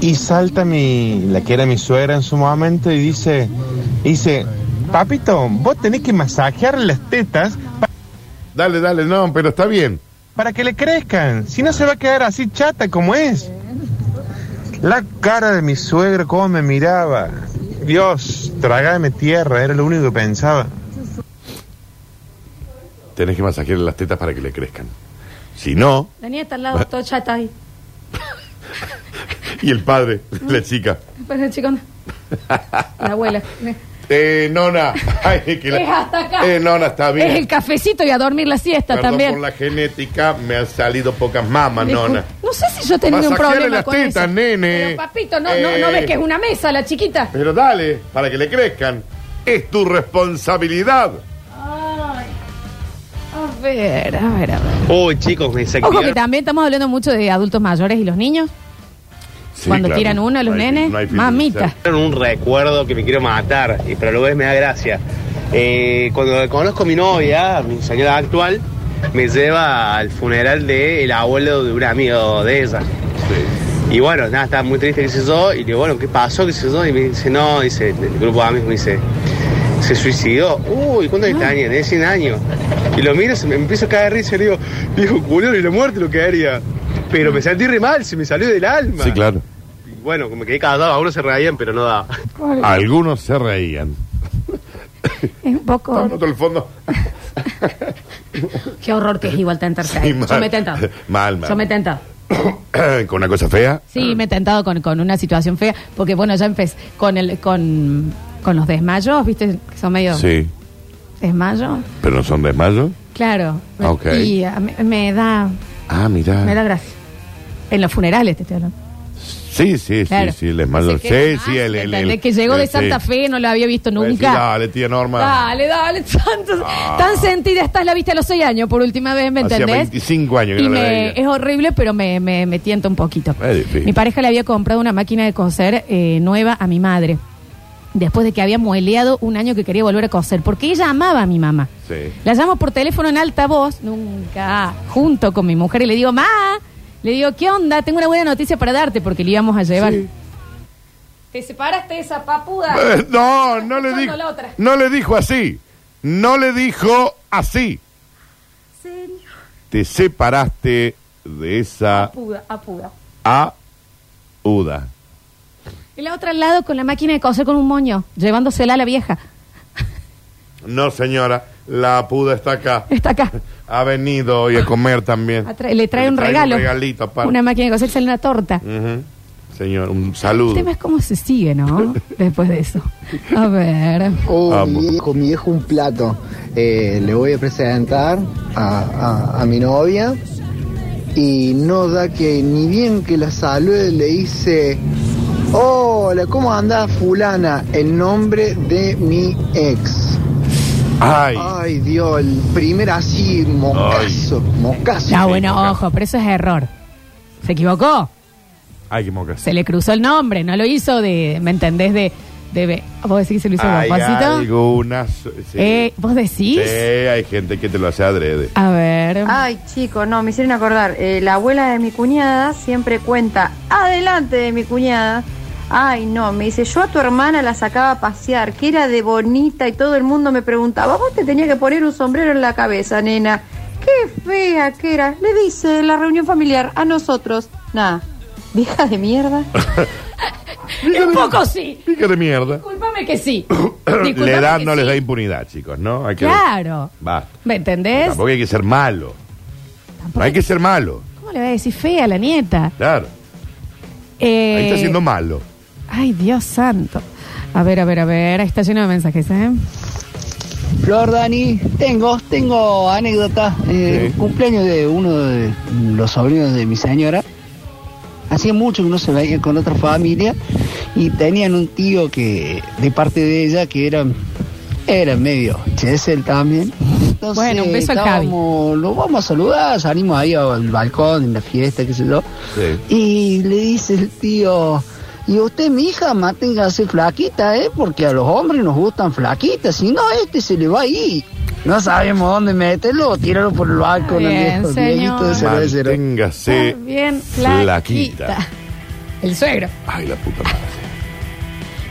[SPEAKER 9] y salta mi, la que era mi suegra en su momento y dice, dice, papito, vos tenés que masajear las tetas pa-
[SPEAKER 2] Dale, dale, no, pero está bien.
[SPEAKER 9] para que le crezcan, si no se va a quedar así chata como es. La cara de mi suegro, cómo me miraba. Dios, trágame tierra, era lo único que pensaba.
[SPEAKER 2] Tenés que masajearle las tetas para que le crezcan. Si no,
[SPEAKER 1] La nieta al lado, todo chata ahí.
[SPEAKER 2] y el padre, la chica.
[SPEAKER 1] Pero, chico, no.
[SPEAKER 2] Ah,
[SPEAKER 1] La abuela.
[SPEAKER 2] Eh, nona. Ay, que la-
[SPEAKER 1] Es hasta acá.
[SPEAKER 2] Eh, nona, está bien.
[SPEAKER 1] Es el cafecito y a dormir la siesta
[SPEAKER 2] Perdón
[SPEAKER 1] también.
[SPEAKER 2] por la genética, me han salido pocas mamas,
[SPEAKER 1] Discul-
[SPEAKER 2] nona.
[SPEAKER 1] No sé si yo tenía un
[SPEAKER 2] Masajeale
[SPEAKER 1] problema
[SPEAKER 2] las
[SPEAKER 1] con
[SPEAKER 2] tetas,
[SPEAKER 1] eso.
[SPEAKER 2] nene.
[SPEAKER 1] Pero, papito, no, no, no
[SPEAKER 2] Eh.
[SPEAKER 1] ves que es una mesa la chiquita.
[SPEAKER 2] Pero dale, para que le crezcan. Es tu responsabilidad.
[SPEAKER 1] A ver, a ver, a ver.
[SPEAKER 10] Uy, chicos, me se
[SPEAKER 1] Ojo que también estamos hablando mucho de adultos mayores y los niños. Cuando tiran uno a los
[SPEAKER 2] No hay fi-
[SPEAKER 1] nenes,
[SPEAKER 2] no hay fi-
[SPEAKER 1] mamita.
[SPEAKER 10] crearon un recuerdo que me quiero matar, y- pero a lo vez me da gracia. Eh, cuando conozco a mi novia, mi señora actual, me lleva al funeral del abuelo de un amigo de ella. Y bueno, nada, estaba muy triste, qué sé yo, y le digo, bueno, ¿qué pasó? ¿Qué sé yo? Y me dice, no, dice, el grupo de amigos me dice, se suicidó. Uy, ¿cuántos
[SPEAKER 1] Ah.
[SPEAKER 10] años tenía? Tenía 100 años. Y lo miro, se me empiezo a caer de risa, y le digo, dijo, culero, y la muerte lo quedaría. Pero me sentí re mal, se me salió del alma.
[SPEAKER 2] Sí, claro.
[SPEAKER 10] Y Bueno, como que cada uno se reían, pero no da.
[SPEAKER 2] Algunos se reían.
[SPEAKER 1] Es un poco.
[SPEAKER 2] Estaban otro el fondo.
[SPEAKER 1] Qué horror que es igual tentarse.
[SPEAKER 2] Sí,
[SPEAKER 1] ahí. Yo
[SPEAKER 2] mal.
[SPEAKER 1] me he tentado.
[SPEAKER 2] Mal, mal.
[SPEAKER 1] Yo me he tentado.
[SPEAKER 2] Con una cosa fea.
[SPEAKER 1] Sí, me he tentado con, con una situación fea, porque bueno, ya empecé con el con, con los desmayos, ¿viste? Que son medio
[SPEAKER 2] Sí.
[SPEAKER 1] desmayo.
[SPEAKER 2] Pero no son desmayos.
[SPEAKER 1] Claro.
[SPEAKER 2] Ok.
[SPEAKER 1] Y ah, me, me da
[SPEAKER 2] Ah, mira.
[SPEAKER 1] me da gracia. En los funerales te estoy hablando.
[SPEAKER 2] Sí, sí,
[SPEAKER 1] Claro.
[SPEAKER 2] sí, sí, el desmayo.
[SPEAKER 1] Se queda
[SPEAKER 2] Sí,
[SPEAKER 1] más,
[SPEAKER 2] sí, el, el,
[SPEAKER 1] ¿entendés?
[SPEAKER 2] el-
[SPEAKER 1] que llegó de
[SPEAKER 2] el-
[SPEAKER 1] Santa
[SPEAKER 2] eh, sí.
[SPEAKER 1] Fe, no lo había visto
[SPEAKER 2] Pues sí,
[SPEAKER 1] nunca.
[SPEAKER 2] dale, tía Norma.
[SPEAKER 1] Dale, dale, tanto- tan sentida estás, la viste a los seis años por última vez, ¿me
[SPEAKER 2] Ah. Hacía
[SPEAKER 1] entendés?
[SPEAKER 2] 25 años que
[SPEAKER 1] Y
[SPEAKER 2] no la
[SPEAKER 1] me-
[SPEAKER 2] veía.
[SPEAKER 1] Es horrible, pero me, me, me tienta un poquito.
[SPEAKER 2] Es difícil.
[SPEAKER 1] Mi pareja le había comprado una máquina de coser eh, nueva a mi madre, después de que había mueleado un año que quería volver a coser, porque ella amaba a mi mamá.
[SPEAKER 2] Sí.
[SPEAKER 1] La llamo por teléfono en alta voz, nunca, junto con mi mujer, y le digo, ma, le digo, ¿qué onda? Tengo una buena noticia para darte, porque le íbamos a llevar.
[SPEAKER 2] Sí.
[SPEAKER 1] Te separaste de esa papuda.
[SPEAKER 2] Eh, No, no le
[SPEAKER 1] Escuchando
[SPEAKER 2] dijo.
[SPEAKER 1] la otra.
[SPEAKER 2] No le dijo así. No le dijo así. Te separaste de esa
[SPEAKER 1] Apuda, apuda.
[SPEAKER 2] auda.
[SPEAKER 1] Y la otra al lado con la máquina de coser con un moño, llevándosela a la vieja.
[SPEAKER 2] No, señora, la apuda está acá.
[SPEAKER 1] Está acá.
[SPEAKER 2] Ha venido hoy a comer también.
[SPEAKER 1] Atra- le trae un regalo.
[SPEAKER 2] Un regalito aparte.
[SPEAKER 1] Una máquina de coser sale una torta.
[SPEAKER 2] Ujú. Señor, un
[SPEAKER 1] El tema
[SPEAKER 2] saludo.
[SPEAKER 1] es cómo se sigue, ¿no? Después de eso. A ver.
[SPEAKER 11] Oh,
[SPEAKER 2] Vamos.
[SPEAKER 11] mi hijo, mi viejo, un plato. Eh, le voy a presentar a, a- a mi novia y no da que ni bien que la salude le dice, hola, ¿cómo andás fulana? En nombre de mi ex.
[SPEAKER 2] Ay.
[SPEAKER 11] Ay, Dios, el primer así, mocazo, mocazo.
[SPEAKER 2] sí,
[SPEAKER 1] No, bueno,
[SPEAKER 2] equivocado.
[SPEAKER 1] ojo, pero eso es error. Se equivocó.
[SPEAKER 2] Ay, qué mocas.
[SPEAKER 1] Se le cruzó el nombre, no lo hizo de, ¿me entendés? De, de ¿Vos decís que se lo hizo a
[SPEAKER 2] Hay
[SPEAKER 1] propósito?
[SPEAKER 2] algunas. sí.
[SPEAKER 1] Eh, ¿Vos
[SPEAKER 2] Sí,
[SPEAKER 1] decís?
[SPEAKER 2] hay gente que te lo hace adrede.
[SPEAKER 1] A ver.
[SPEAKER 12] Ay, chicos, no, me hicieron acordar. Eh, la abuela de mi cuñada siempre cuenta adelante de mi cuñada. Ay, no, me dice, yo a tu hermana la sacaba a pasear, que era de bonita y todo el mundo me preguntaba, vos te tenías que poner un sombrero en la cabeza, nena. Qué fea que era. Le dice en la reunión familiar a nosotros. Nada, vieja de mierda.
[SPEAKER 1] Un poco sí.
[SPEAKER 2] Pica de mierda.
[SPEAKER 1] Disculpame que sí.
[SPEAKER 2] La
[SPEAKER 1] Disculpame
[SPEAKER 2] edad
[SPEAKER 1] que
[SPEAKER 2] no
[SPEAKER 1] sí.
[SPEAKER 2] les da impunidad, chicos, ¿no? Hay que-
[SPEAKER 1] Claro.
[SPEAKER 2] Basta.
[SPEAKER 1] ¿Me entendés?
[SPEAKER 2] Tampoco hay que ser malo. No hay que ser malo,
[SPEAKER 1] ¿Cómo le va a decir fea a la nieta?
[SPEAKER 2] claro.
[SPEAKER 1] Eh,
[SPEAKER 2] Ahí está siendo malo.
[SPEAKER 1] Ay, Dios santo. A ver, a ver, a ver. Está lleno de mensajes, ¿eh?
[SPEAKER 11] Flor Dani, tengo, tengo anécdota. Eh,
[SPEAKER 2] Sí.
[SPEAKER 11] Cumpleaños de uno de los sobrinos de mi señora. Hacía mucho que no se veía con otra familia y tenían un tío que, de parte de ella, que era, era medio chesel también. Entonces,
[SPEAKER 1] Bueno, un beso al Javi.
[SPEAKER 11] estábamos, Lo vamos a saludar, salimos ahí al balcón, en la fiesta, qué sé yo.
[SPEAKER 2] Sí.
[SPEAKER 11] Y le dice el tío, y usted, mi hija, manténgase flaquita, ¿eh? Porque a los hombres nos gustan flaquitas, si no, este se le va ahí. No sabemos dónde meterlo, tíralo por el balcón,
[SPEAKER 1] Bien,
[SPEAKER 11] el viejo, el
[SPEAKER 1] señor.
[SPEAKER 11] viejito de cervecero.
[SPEAKER 2] Manténgase
[SPEAKER 1] Está Bien,
[SPEAKER 2] flaquita.
[SPEAKER 1] flaquita. El suegro.
[SPEAKER 2] Ay, la puta madre.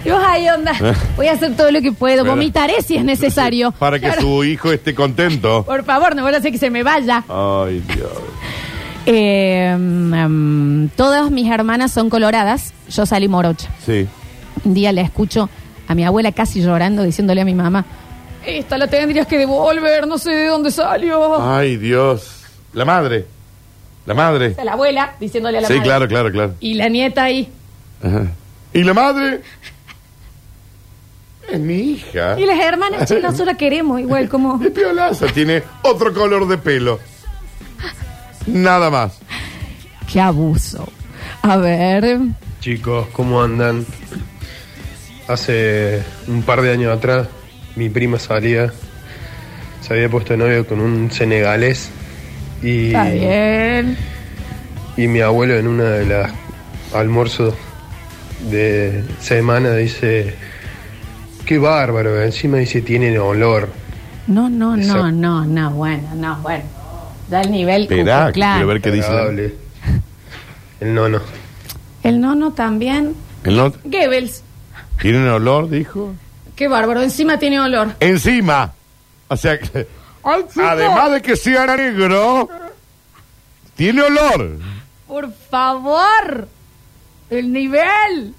[SPEAKER 1] Y vos ahí onda.
[SPEAKER 2] Eh.
[SPEAKER 1] Voy a hacer todo lo que puedo.
[SPEAKER 2] Pero-
[SPEAKER 1] Vomitaré si es necesario.
[SPEAKER 2] Para que
[SPEAKER 1] Claro.
[SPEAKER 2] su hijo esté contento.
[SPEAKER 1] Por favor, no voy a hacer que se me vaya.
[SPEAKER 2] Ay, Dios.
[SPEAKER 1] Eh, mm, todas mis hermanas son coloradas. Yo salí morocha.
[SPEAKER 2] Sí.
[SPEAKER 1] Un día la escucho a mi abuela casi llorando, diciéndole a mi mamá: Esta la tendrías que devolver, no sé de dónde salió.
[SPEAKER 2] Ay, Dios. La madre. La madre.
[SPEAKER 1] A la abuela diciéndole a la
[SPEAKER 2] sí,
[SPEAKER 1] madre.
[SPEAKER 2] claro, claro, claro.
[SPEAKER 1] Y la nieta ahí.
[SPEAKER 2] Ajá. ¿Y la madre? Es mi hija.
[SPEAKER 1] Y las hermanas, sí, nosotros la queremos igual como.
[SPEAKER 2] Es piolaza, tiene otro color de pelo. Nada más.
[SPEAKER 1] Qué abuso. A ver.
[SPEAKER 13] Chicos, ¿cómo andan? Hace un par de años atrás, mi prima salía, se había puesto de novio con un senegalés y,
[SPEAKER 1] Está bien.
[SPEAKER 13] y mi abuelo en una de las almuerzos de semana dice, qué bárbaro, encima dice, tiene olor.
[SPEAKER 1] No, no, no,
[SPEAKER 13] Exacto.
[SPEAKER 1] no, no, bueno, no, bueno. Da el nivel.
[SPEAKER 2] Esperá,
[SPEAKER 1] Ku Klux Klan.
[SPEAKER 2] quiero ver qué dice.
[SPEAKER 13] Agradable. El nono.
[SPEAKER 1] El nono también.
[SPEAKER 2] El no-
[SPEAKER 1] Goebbels.
[SPEAKER 2] ¿Tiene un olor, dijo?
[SPEAKER 1] Qué bárbaro, encima tiene olor.
[SPEAKER 2] Encima. O sea, que-
[SPEAKER 1] Ay, chicos,
[SPEAKER 2] además de que sea negro, tiene olor.
[SPEAKER 1] Por favor. El nivel.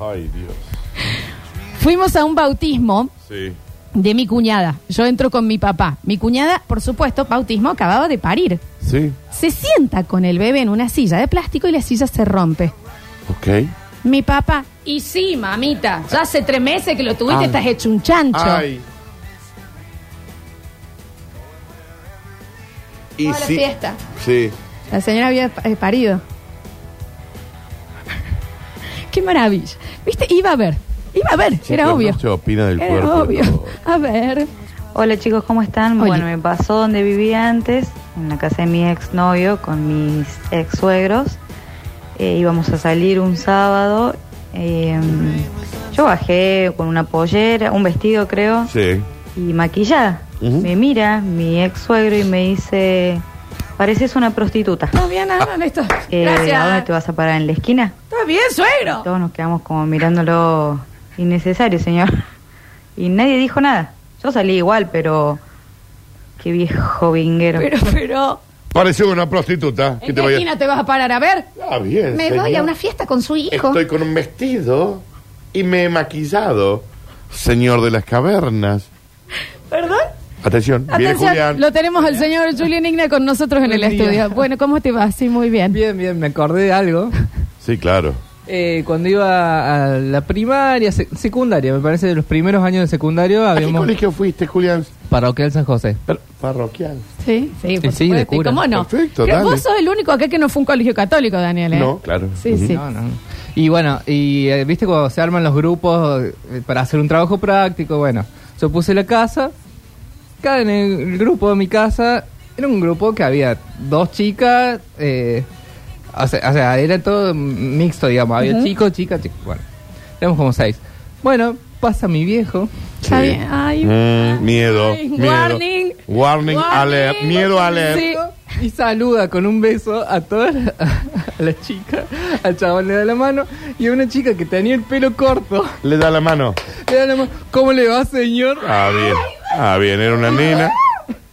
[SPEAKER 2] Ay, Dios.
[SPEAKER 1] Fuimos a un bautismo
[SPEAKER 2] Sí.
[SPEAKER 1] de mi cuñada. Yo entro con mi papá. Mi cuñada, por supuesto, bautismo acababa de parir.
[SPEAKER 2] Sí.
[SPEAKER 1] Se sienta con el bebé en una silla de plástico y la silla se rompe.
[SPEAKER 2] Ok.
[SPEAKER 1] Mi papá, y sí, mamita, ya hace tres meses que lo tuviste,
[SPEAKER 2] Ay.
[SPEAKER 1] estás hecho un chancho.
[SPEAKER 2] Ah. Ay. Y
[SPEAKER 1] Toda la fiesta.
[SPEAKER 2] Sí.
[SPEAKER 1] La señora había eh, parido. Qué maravilla. ¿Viste? Iba a ver. Iba a ver, era
[SPEAKER 2] Chicos,
[SPEAKER 1] obvio.
[SPEAKER 2] No se opina del
[SPEAKER 1] Era
[SPEAKER 2] cuerpo.
[SPEAKER 1] obvio.
[SPEAKER 2] no.
[SPEAKER 1] A ver.
[SPEAKER 12] Hola chicos, ¿cómo están?
[SPEAKER 1] Hola.
[SPEAKER 12] Bueno, me pasó donde vivía antes, en la casa de mi exnovio con mis ex suegros. íbamos a salir un sábado. eh, yo bajé con una pollera, un vestido creo,
[SPEAKER 2] Sí.
[SPEAKER 12] y maquillada.
[SPEAKER 2] Ujú.
[SPEAKER 12] Me mira mi ex suegro y me dice, pareces una prostituta.
[SPEAKER 1] No había nada, esto.
[SPEAKER 12] Eh, ¿A dónde
[SPEAKER 1] Gracias.
[SPEAKER 12] te vas a parar? ¿En la esquina?
[SPEAKER 1] Está bien, suegro.
[SPEAKER 12] Todos nos quedamos como mirándolo innecesario, señor. Y nadie dijo nada. Yo salí igual, pero... Qué viejo vinguero.
[SPEAKER 1] Pero, pero.
[SPEAKER 2] Pareció una prostituta.
[SPEAKER 1] ¿En
[SPEAKER 2] te
[SPEAKER 1] qué
[SPEAKER 2] vaya-
[SPEAKER 1] esquina te vas a parar? A ver.
[SPEAKER 2] Ah, bien.
[SPEAKER 1] Me
[SPEAKER 2] señor.
[SPEAKER 1] voy a una fiesta con su hijo.
[SPEAKER 2] Estoy con un vestido y me he maquillado. Señor de las cavernas.
[SPEAKER 1] ¿Perdón?
[SPEAKER 2] Atención, viene
[SPEAKER 1] Atención,
[SPEAKER 2] Julián.
[SPEAKER 1] lo tenemos al señor Julián Igna con nosotros en el estudio. Bueno, ¿cómo te va? Sí, muy bien.
[SPEAKER 14] Bien, bien, me acordé de algo.
[SPEAKER 2] Sí, claro.
[SPEAKER 14] Eh, cuando iba a la primaria, sec- secundaria, me parece, de los primeros años de secundario,
[SPEAKER 2] ¿A qué
[SPEAKER 14] habíamos
[SPEAKER 2] colegio fuiste, Julián?
[SPEAKER 14] parroquial San José.
[SPEAKER 2] Pero- Parroquial.
[SPEAKER 1] Sí, sí, por
[SPEAKER 14] Sí, de
[SPEAKER 1] supuesto. ¿Y
[SPEAKER 14] cura.
[SPEAKER 1] ¿Cómo no?
[SPEAKER 2] Perfecto,
[SPEAKER 1] Creo que
[SPEAKER 2] dale.
[SPEAKER 1] Vos sos el único acá que no fue a un colegio católico, Daniel. ¿eh?
[SPEAKER 2] No, claro.
[SPEAKER 1] Sí, sí.
[SPEAKER 14] No, no. Y bueno, y eh, viste cuando se arman los grupos eh, para hacer un trabajo práctico, bueno, yo puse la casa, acá en el, el grupo de mi casa, era un grupo que había dos chicas, eh, o, sea, o sea, era todo mixto, digamos, había
[SPEAKER 1] Ujú.
[SPEAKER 14] chicos, chicas, chicos, bueno, éramos como seis. Bueno, pasa mi viejo.
[SPEAKER 1] Está bien. Ay,
[SPEAKER 2] Mm, miedo,
[SPEAKER 1] Ay,
[SPEAKER 2] miedo.
[SPEAKER 1] warning.
[SPEAKER 2] Warning,
[SPEAKER 1] Warning.
[SPEAKER 2] alert. Miedo alert.
[SPEAKER 14] Sí, y saluda con un beso a todas las- a las chicas, al chaval le da la mano y a una chica que tenía el pelo corto
[SPEAKER 2] Le da la mano.
[SPEAKER 14] le da la mano, ¿cómo le va señor?
[SPEAKER 2] Ah, bien. Ah, bien, era una nena.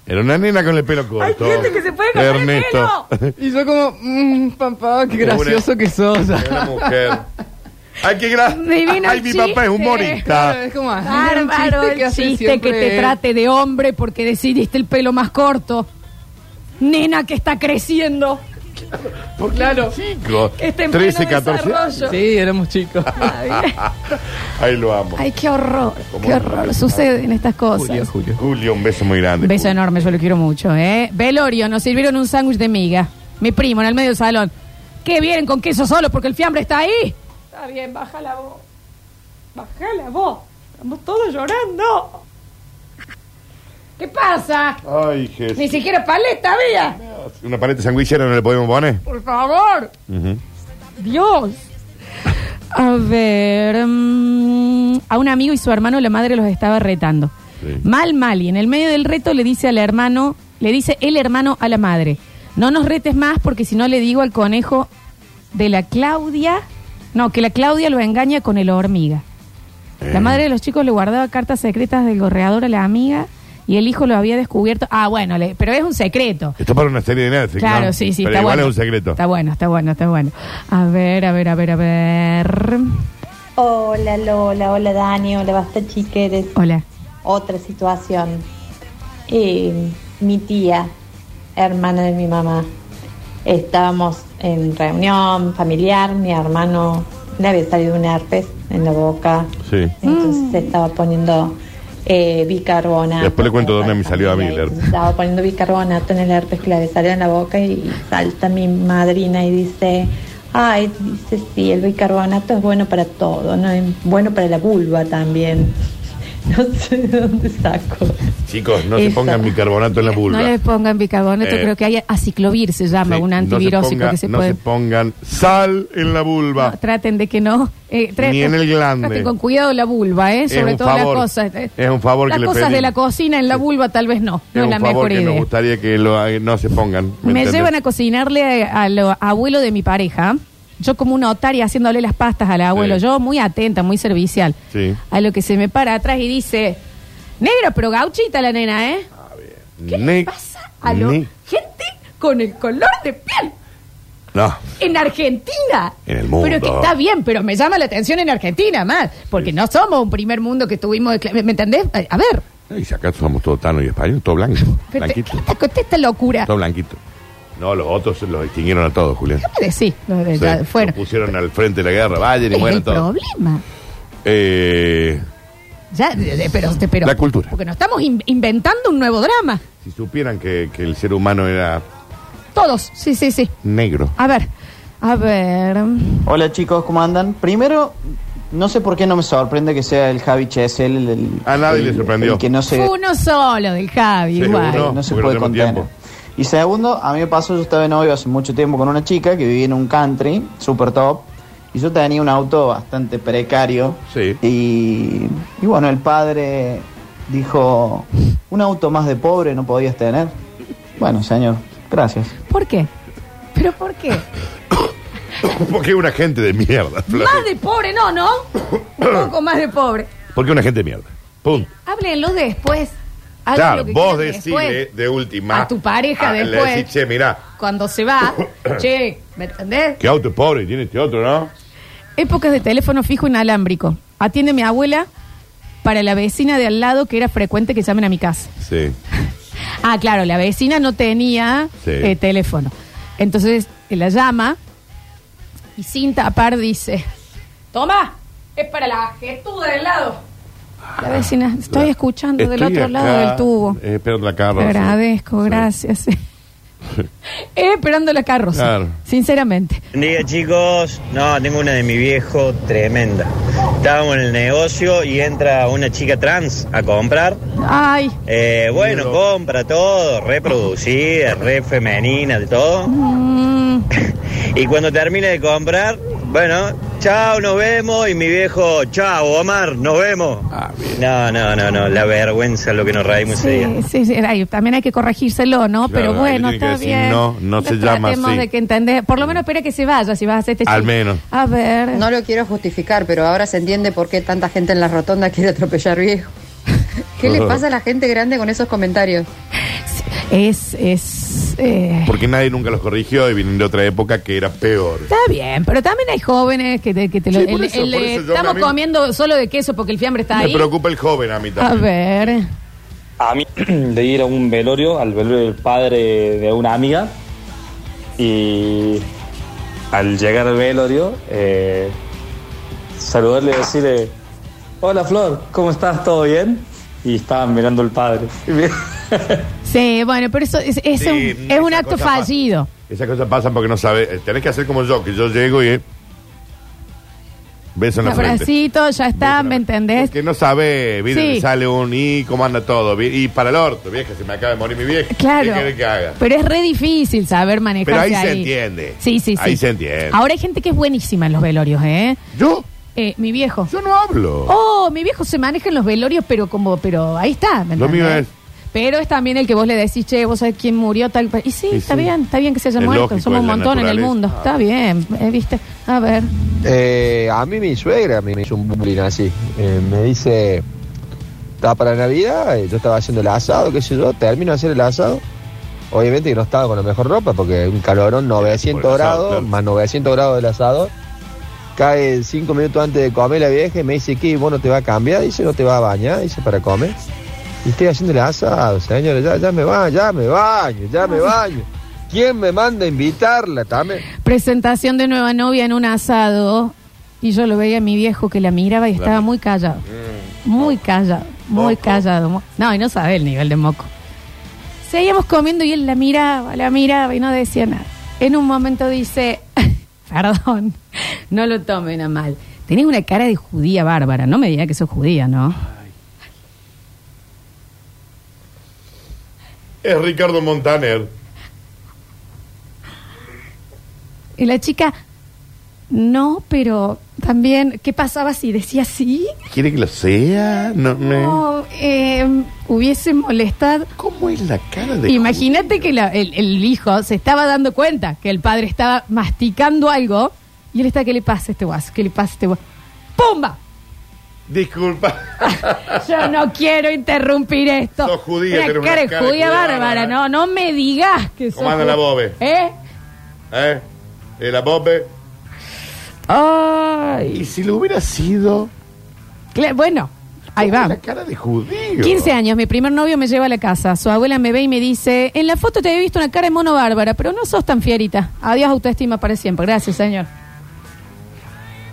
[SPEAKER 2] Era una nena con el pelo corto.
[SPEAKER 14] gente que se puede cortar el
[SPEAKER 2] Ernesto.
[SPEAKER 14] Y yo como, mmm, papá, qué
[SPEAKER 2] Una-
[SPEAKER 14] gracioso que sos.
[SPEAKER 2] una mujer. Ay, qué gra-
[SPEAKER 1] Divino
[SPEAKER 2] Ay, mi papá
[SPEAKER 1] chiste.
[SPEAKER 2] es humorista.
[SPEAKER 14] Es como, era un
[SPEAKER 1] Bárbaro el
[SPEAKER 14] hace
[SPEAKER 1] chiste que
[SPEAKER 14] siempre
[SPEAKER 1] te
[SPEAKER 14] él.
[SPEAKER 1] trate de hombre porque decidiste el pelo más corto. Nena que está creciendo.
[SPEAKER 14] Claro.
[SPEAKER 2] Chicos,
[SPEAKER 1] Que está en
[SPEAKER 2] 13,
[SPEAKER 1] pleno
[SPEAKER 2] 14.
[SPEAKER 1] desarrollo.
[SPEAKER 14] Sí, éramos chicos.
[SPEAKER 2] Ahí lo amo.
[SPEAKER 1] Ay, qué horror.
[SPEAKER 2] Como un
[SPEAKER 1] Qué horror.
[SPEAKER 2] rayo.
[SPEAKER 1] Suceden estas cosas.
[SPEAKER 14] Julio, Julio.
[SPEAKER 2] Julio, un beso muy grande.
[SPEAKER 1] Beso
[SPEAKER 2] Julio.
[SPEAKER 1] enorme, yo lo quiero mucho, ¿eh? Velorio, nos sirvieron un sándwich de miga. Mi primo, en el medio del salón. ¿Qué vienen con queso solo? Porque el fiambre está ahí. Está bien, baja la voz. Baja la voz. Estamos todos llorando. ¿Qué pasa?
[SPEAKER 2] Ay, Jesús.
[SPEAKER 1] Ni siquiera paleta había.
[SPEAKER 2] Una paleta sanguillera no le podemos poner.
[SPEAKER 1] Por favor.
[SPEAKER 2] Ujú.
[SPEAKER 1] Dios. A ver, mm, a un amigo y su hermano la madre los estaba retando.
[SPEAKER 2] Sí.
[SPEAKER 1] Mal, mal. Y en el medio del reto le dice al hermano, le dice el hermano a la madre, no nos retes más porque si no le digo al conejo de la Claudia, no, que la Claudia lo engaña con el hormiga.
[SPEAKER 2] Eh.
[SPEAKER 1] La madre de los chicos le guardaba cartas secretas del gorreador a la amiga y el hijo lo había descubierto. Ah, bueno, le- pero es un secreto.
[SPEAKER 2] Esto para una serie de Netflix.
[SPEAKER 1] Claro,
[SPEAKER 2] ¿no?
[SPEAKER 1] sí, sí,
[SPEAKER 2] Pero
[SPEAKER 1] está
[SPEAKER 2] igual
[SPEAKER 1] bueno.
[SPEAKER 2] es un secreto.
[SPEAKER 1] Está bueno, está bueno, está bueno. A ver, a ver, a ver, a ver.
[SPEAKER 15] Hola Lola, hola Dani, hola Basta Chiqueres.
[SPEAKER 1] Hola.
[SPEAKER 15] Otra situación. Eh, mi tía, hermana de mi mamá, estábamos en reunión familiar, mi hermano le había salido un herpes en la boca,
[SPEAKER 2] Sí.
[SPEAKER 15] entonces se estaba poniendo eh,
[SPEAKER 1] Ah.
[SPEAKER 15] bicarbonato.
[SPEAKER 2] Después le cuento dónde me salió a mí.
[SPEAKER 15] Entonces Estaba poniendo bicarbonato en el herpes que le había salido en la boca y, y salta mi madrina y dice, ay, dice, sí, el bicarbonato es bueno para todo, ¿no? Es bueno para la vulva también. No sé de dónde saco.
[SPEAKER 2] Chicos, no se
[SPEAKER 15] Eso.
[SPEAKER 2] pongan bicarbonato en la vulva.
[SPEAKER 1] No les pongan bicarbonato,
[SPEAKER 2] Eh.
[SPEAKER 1] creo que hay aciclovir, se llama,
[SPEAKER 2] Sí,
[SPEAKER 1] un
[SPEAKER 2] no se
[SPEAKER 1] antivirósico
[SPEAKER 2] ponga-
[SPEAKER 1] que se
[SPEAKER 2] no
[SPEAKER 1] puede.
[SPEAKER 2] se pongan sal en la vulva.
[SPEAKER 1] No, traten de que no. eh, traten-
[SPEAKER 2] Ni en el glande.
[SPEAKER 1] Traten con cuidado la vulva, ¿eh?
[SPEAKER 2] Es
[SPEAKER 1] Sobre
[SPEAKER 2] un
[SPEAKER 1] todo
[SPEAKER 2] favor.
[SPEAKER 1] las cosas. eh.
[SPEAKER 2] Es un favor
[SPEAKER 1] las
[SPEAKER 2] que le
[SPEAKER 1] cosas de
[SPEAKER 2] pedimos.
[SPEAKER 1] la cocina en la vulva tal vez no. No es,
[SPEAKER 2] un
[SPEAKER 1] la
[SPEAKER 2] favor
[SPEAKER 1] mejor
[SPEAKER 2] que nos
[SPEAKER 1] idea.
[SPEAKER 2] gustaría que lo, eh, no se pongan.
[SPEAKER 1] Me
[SPEAKER 2] entendés?
[SPEAKER 1] llevan a cocinarle a- al abuelo de mi pareja. Yo como una otaria haciéndole las pastas al abuelo.
[SPEAKER 2] Sí.
[SPEAKER 1] Yo muy atenta, muy servicial.
[SPEAKER 2] Sí.
[SPEAKER 1] A lo que se me para atrás y dice, negro, pero gauchita la nena, ¿eh? ¿Qué
[SPEAKER 2] Ne-
[SPEAKER 1] le pasa a la
[SPEAKER 2] ne-
[SPEAKER 1] gente con el color de piel?
[SPEAKER 2] No.
[SPEAKER 1] En Argentina.
[SPEAKER 2] En el mundo.
[SPEAKER 1] Pero que está bien, pero me llama la atención en Argentina más. Porque no somos un primer mundo que tuvimos... de cla- ¿Me entendés? A a ver,
[SPEAKER 2] Y si acá somos todos tano y español, todo blanco.
[SPEAKER 1] ¿qué te-
[SPEAKER 2] blanquito.
[SPEAKER 1] ¿qué te contesta esta locura?
[SPEAKER 2] Todo blanquito. No, los otros los extinguieron a todos, Julián.
[SPEAKER 1] ¿Qué me decís? No, de-
[SPEAKER 2] Sí,
[SPEAKER 1] ya
[SPEAKER 2] los
[SPEAKER 1] fueron.
[SPEAKER 2] pusieron al frente de la guerra, vayan y
[SPEAKER 1] Es
[SPEAKER 2] mueran
[SPEAKER 1] el
[SPEAKER 2] todos.
[SPEAKER 1] problema.
[SPEAKER 2] Eh,
[SPEAKER 1] Ya, de- de- pero, de- pero-
[SPEAKER 2] La cultura.
[SPEAKER 1] Porque nos estamos in- inventando un nuevo drama.
[SPEAKER 2] si supieran que, que el ser humano era
[SPEAKER 1] Todos. Sí, sí, sí.
[SPEAKER 2] negro.
[SPEAKER 1] A ver, a ver.
[SPEAKER 16] Hola chicos, ¿cómo andan? Primero, no sé por qué no me sorprende que sea el Javi Chesel el, el-
[SPEAKER 2] A nadie
[SPEAKER 16] el-
[SPEAKER 2] le sorprendió.
[SPEAKER 16] el que no se,
[SPEAKER 1] Fue uno solo del Javi,
[SPEAKER 16] el
[SPEAKER 1] igual.
[SPEAKER 16] que no se
[SPEAKER 2] porque
[SPEAKER 16] puede
[SPEAKER 2] no tenemos
[SPEAKER 16] contener.
[SPEAKER 2] tiempo.
[SPEAKER 16] Y segundo, a mí me pasó, yo estaba de novio hace mucho tiempo con una chica que vivía en un country, super top, y yo tenía un auto bastante precario.
[SPEAKER 2] Sí.
[SPEAKER 16] Y, y bueno, el padre dijo, un auto más de pobre no podías tener. Bueno, señor, gracias.
[SPEAKER 1] ¿Por qué? ¿Pero por qué?
[SPEAKER 2] Porque es una gente de mierda, Flor.
[SPEAKER 1] más de pobre, no, ¿no? Un poco más de pobre.
[SPEAKER 2] Porque es una gente de mierda. Punto.
[SPEAKER 1] Háblenlo después. Hagan
[SPEAKER 2] Claro,
[SPEAKER 1] lo que
[SPEAKER 2] vos
[SPEAKER 1] quieran
[SPEAKER 2] decide
[SPEAKER 1] después.
[SPEAKER 2] de última.
[SPEAKER 1] A tu pareja
[SPEAKER 2] Ah, Le
[SPEAKER 1] después.
[SPEAKER 2] decís, che, mirá,
[SPEAKER 1] Cuando se va, che, ¿me entendés?
[SPEAKER 2] qué auto es pobre tiene este otro, ¿no?
[SPEAKER 1] Épocas de teléfono fijo inalámbrico. Atiende mi abuela para la vecina de al lado que era frecuente que llamen a mi casa.
[SPEAKER 2] Sí.
[SPEAKER 1] Ah, claro, la vecina no tenía
[SPEAKER 2] Sí.
[SPEAKER 1] eh, teléfono. Entonces eh, la llama y sin tapar dice: Toma, es para la gestuda del lado. La vecina, estoy escuchando del
[SPEAKER 2] Estoy
[SPEAKER 1] otro
[SPEAKER 2] acá, Ah,
[SPEAKER 1] lado del tubo.
[SPEAKER 2] eh, Espero la carro.
[SPEAKER 1] Te agradezco, gracias. Eh, esperando la carroza.
[SPEAKER 17] Claro.
[SPEAKER 1] Sinceramente.
[SPEAKER 17] Buen día chicos, no, tengo una de mi viejo tremenda. Estábamos en el negocio y entra una chica trans a comprar.
[SPEAKER 1] Ay.
[SPEAKER 17] Eh, bueno, compra todo, reproducida, re femenina, de todo. Y cuando termine de comprar, bueno, chao, nos vemos. Y mi viejo, chao, Omar, nos vemos. No, no, no, no, la vergüenza lo que nos reímos ese día.
[SPEAKER 1] Sí, sí, sí, ay, también hay que corregírselo,
[SPEAKER 2] Claro,
[SPEAKER 1] ¿no? Pero bueno,
[SPEAKER 2] alguien tiene que
[SPEAKER 1] está
[SPEAKER 2] decir,
[SPEAKER 1] bien.
[SPEAKER 2] no, no se llama
[SPEAKER 1] tratemos
[SPEAKER 2] así.
[SPEAKER 1] de que entender. Por lo menos espera que se vaya si vas a hacer este
[SPEAKER 2] Al
[SPEAKER 1] chiste.
[SPEAKER 2] menos.
[SPEAKER 1] A ver.
[SPEAKER 18] No lo quiero justificar, pero ahora se entiende por qué tanta gente en la rotonda quiere atropellar viejo. ¿Qué le pasa a la gente grande con esos comentarios?
[SPEAKER 1] Es, es. eh,
[SPEAKER 2] Porque nadie nunca los corrigió y vienen de otra época que era peor.
[SPEAKER 1] Está bien, pero también hay jóvenes que te, que te lo.
[SPEAKER 2] Sí, por
[SPEAKER 1] el-
[SPEAKER 2] eso,
[SPEAKER 1] el,
[SPEAKER 2] por
[SPEAKER 1] eh,
[SPEAKER 2] eso yo
[SPEAKER 1] estamos
[SPEAKER 2] a mí-
[SPEAKER 1] comiendo solo de queso porque el fiambre está
[SPEAKER 2] Me
[SPEAKER 1] ahí.
[SPEAKER 2] preocupa el joven a mí
[SPEAKER 1] A
[SPEAKER 2] también.
[SPEAKER 1] ver.
[SPEAKER 19] a mí de ir a un velorio, al velorio del padre de una amiga, y al llegar al velorio, eh, saludarle y decirle, hola Flor, ¿cómo estás? ¿Todo bien? Y estaban mirando el padre.
[SPEAKER 1] Sí, bueno, pero eso es, es
[SPEAKER 2] Sí,
[SPEAKER 1] un, es un acto
[SPEAKER 2] cosa pasa.
[SPEAKER 1] fallido.
[SPEAKER 2] Esas cosas pasan porque no sabes. eh, Tenés que hacer como yo, que yo llego y. eh, beso en
[SPEAKER 1] Un
[SPEAKER 2] la frente.
[SPEAKER 1] abracito, ya está, ¿me entendés?
[SPEAKER 2] Que no sabe, viste,
[SPEAKER 1] Sí.
[SPEAKER 2] le sale un y cómo anda todo. vi- Y para el orto, vieja, se me acaba de morir mi vieja.
[SPEAKER 1] Claro.
[SPEAKER 2] ¿Qué querés que haga?
[SPEAKER 1] Pero es re difícil saber manejarse
[SPEAKER 2] Pero ahí se entiende.
[SPEAKER 1] Sí, sí, sí.
[SPEAKER 2] Ahí se entiende.
[SPEAKER 1] Ahora hay gente que es buenísima en los velorios, ¿eh?
[SPEAKER 2] ¿Yo?
[SPEAKER 1] Eh, mi viejo.
[SPEAKER 2] Yo no hablo.
[SPEAKER 1] Oh, mi viejo se maneja en los velorios, pero como, pero ahí está. ¿me
[SPEAKER 2] Lo mío
[SPEAKER 1] entendés?
[SPEAKER 2] es.
[SPEAKER 1] Pero es también el que vos le decís, che, vos sabés quién murió, tal. pa-". Y sí,
[SPEAKER 20] Y
[SPEAKER 1] está
[SPEAKER 20] sí.
[SPEAKER 1] bien, está bien que se haya
[SPEAKER 20] Es
[SPEAKER 1] muerto.
[SPEAKER 20] lógico,
[SPEAKER 1] Somos
[SPEAKER 20] es
[SPEAKER 1] un
[SPEAKER 20] la
[SPEAKER 1] montón en el
[SPEAKER 20] naturaleza.
[SPEAKER 1] mundo. Está bien, eh, viste. A ver.
[SPEAKER 20] Eh, a mí mi suegra me hizo un bullying así. Eh, me dice, estaba para Navidad, eh, yo estaba haciendo el asado, qué sé yo, termino de hacer el asado. Obviamente que no estaba con la mejor ropa porque un calorón 900
[SPEAKER 21] por el asado,
[SPEAKER 20] grados,
[SPEAKER 21] claro.
[SPEAKER 20] más 900 grados del asado. Cae cinco minutos antes de comer la vieja y me dice, ¿qué? ¿Vos no te va a cambiar? Dice, no te va a bañar, dice, para comer. Y estoy haciendo el asado, señores, ya, ya me baño, ya me baño, ya me baño. ¿Quién me manda a invitarla también?
[SPEAKER 1] Presentación de nueva novia en un asado. Y yo lo veía a mi viejo que la miraba y
[SPEAKER 20] La
[SPEAKER 1] estaba
[SPEAKER 20] mi-
[SPEAKER 1] muy callado. Muy callado, muy callado. Mo- No, y no sabe el nivel de moco. Seguíamos comiendo y él la miraba, la miraba y no decía nada. En un momento dice, perdón, no lo tomen a mal. Tenés una cara de judía bárbara, no me digas que sos judía, ¿no?
[SPEAKER 2] Es Ricardo Montaner.
[SPEAKER 1] Y la chica, no, pero también, ¿qué pasaba si decía sí?
[SPEAKER 2] ¿Quiere que lo sea? No, no.
[SPEAKER 1] No, eh, hubiese molestado.
[SPEAKER 2] ¿Cómo es la cara de
[SPEAKER 1] Imagínate que la- el, el hijo se estaba dando cuenta que el padre estaba masticando algo y él está, ¿qué le pasa a este guaso? ¿Qué le pasa a este guaso? ¡Pumba!
[SPEAKER 2] Disculpa.
[SPEAKER 1] Yo no quiero interrumpir esto.
[SPEAKER 2] Sos judía,
[SPEAKER 1] Una
[SPEAKER 2] tenés una
[SPEAKER 1] cara de
[SPEAKER 2] cara de
[SPEAKER 1] judía
[SPEAKER 2] judía
[SPEAKER 1] bárbara,
[SPEAKER 2] bárbara.
[SPEAKER 1] no, no me digas que sos.
[SPEAKER 2] ¿Cómo anda la
[SPEAKER 1] judía.
[SPEAKER 2] bobe?
[SPEAKER 1] ¿Eh?
[SPEAKER 2] ¿Eh? El abope.
[SPEAKER 1] Ay.
[SPEAKER 2] Y si lo hubiera sido
[SPEAKER 1] Cla- bueno, ahí va.
[SPEAKER 2] de judío.
[SPEAKER 1] 15 años, mi primer novio me lleva a la casa. Su abuela me ve y me dice, en la foto te había visto una cara de mono bárbara, pero no sos tan fierita. Adiós autoestima para siempre. Gracias, señor.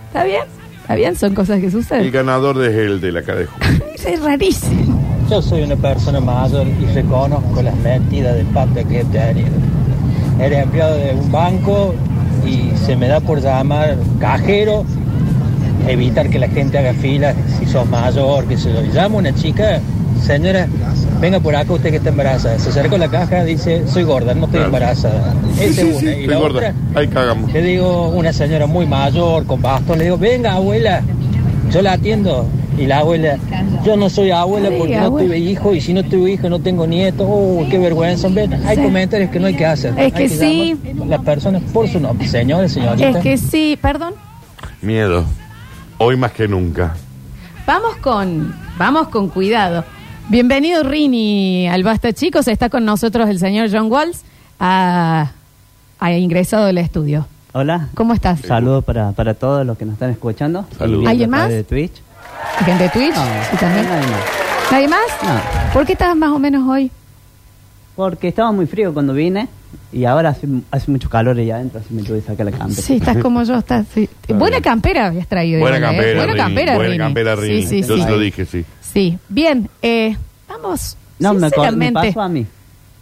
[SPEAKER 1] ¿Está bien? ¿Está bien? Son cosas que
[SPEAKER 2] El
[SPEAKER 1] suceden.
[SPEAKER 2] ganador es el de la cara de judío.
[SPEAKER 1] Es rarísimo.
[SPEAKER 22] Yo soy una persona mayor y reconozco las mentiras de pata que he tenido. Era empleado de un banco y se me da por llamar cajero, evitar que la gente haga filas si sos mayor, que se lo llamo a una chica, señora, venga por acá usted que está embarazada. Se acerca a la caja, dice, soy gorda, no estoy embarazada.
[SPEAKER 2] Sí,
[SPEAKER 22] Esa
[SPEAKER 2] sí,
[SPEAKER 22] es
[SPEAKER 2] sí,
[SPEAKER 22] una. Y
[SPEAKER 2] estoy
[SPEAKER 22] la
[SPEAKER 2] gorda.
[SPEAKER 22] otra,
[SPEAKER 2] Ahí cagamos.
[SPEAKER 22] le digo, una señora muy mayor, con bastón, le digo, venga abuela, yo la atiendo. Y la abuela, yo no soy abuela
[SPEAKER 1] Sí,
[SPEAKER 22] porque no
[SPEAKER 1] abuela.
[SPEAKER 22] tuve hijo y si no tuve hijo no tengo nieto. Oh, qué vergüenza. Ven, Hay
[SPEAKER 1] Sí.
[SPEAKER 22] comentarios que no hay que hacer.
[SPEAKER 1] Es que
[SPEAKER 22] Hay
[SPEAKER 1] sí.
[SPEAKER 22] llamar Las personas por su nombre. Señores,
[SPEAKER 1] Es
[SPEAKER 22] señorita.
[SPEAKER 1] que sí, perdón.
[SPEAKER 2] Miedo. Hoy más que nunca.
[SPEAKER 1] Vamos con, vamos con cuidado. Bienvenido Rini al Basta Chicos. Está con nosotros el señor John Walls. Ha, ha ingresado al estudio.
[SPEAKER 23] Hola.
[SPEAKER 1] ¿Cómo estás?
[SPEAKER 23] Saludos para, para todos los que nos están escuchando.
[SPEAKER 1] Saludos.
[SPEAKER 23] Y a través
[SPEAKER 1] ¿Alguien más?
[SPEAKER 23] De Twitch.
[SPEAKER 1] Gente de Twitch. y también.
[SPEAKER 23] Nadie más.
[SPEAKER 1] ¿Nadie más? ¿Por qué estabas más o menos hoy?
[SPEAKER 23] Porque estaba muy frío cuando vine y ahora hace, hace mucho calor allá adentro, así me tuve que sacar la campera.
[SPEAKER 1] Sí, estás como yo, estás. sí. Buena campera habías traído.
[SPEAKER 2] Buena
[SPEAKER 1] igual, ¿eh?
[SPEAKER 2] campera,
[SPEAKER 1] Buena
[SPEAKER 2] Rini.
[SPEAKER 1] campera,
[SPEAKER 2] Buena
[SPEAKER 1] Rini.
[SPEAKER 2] campera, Rini.
[SPEAKER 1] Sí, sí,
[SPEAKER 2] Yo
[SPEAKER 1] sí.
[SPEAKER 2] te lo dije, sí.
[SPEAKER 1] Sí, bien. eh, vamos.
[SPEAKER 23] No, me, co- me
[SPEAKER 1] sinceramente,
[SPEAKER 23] pasó a mí.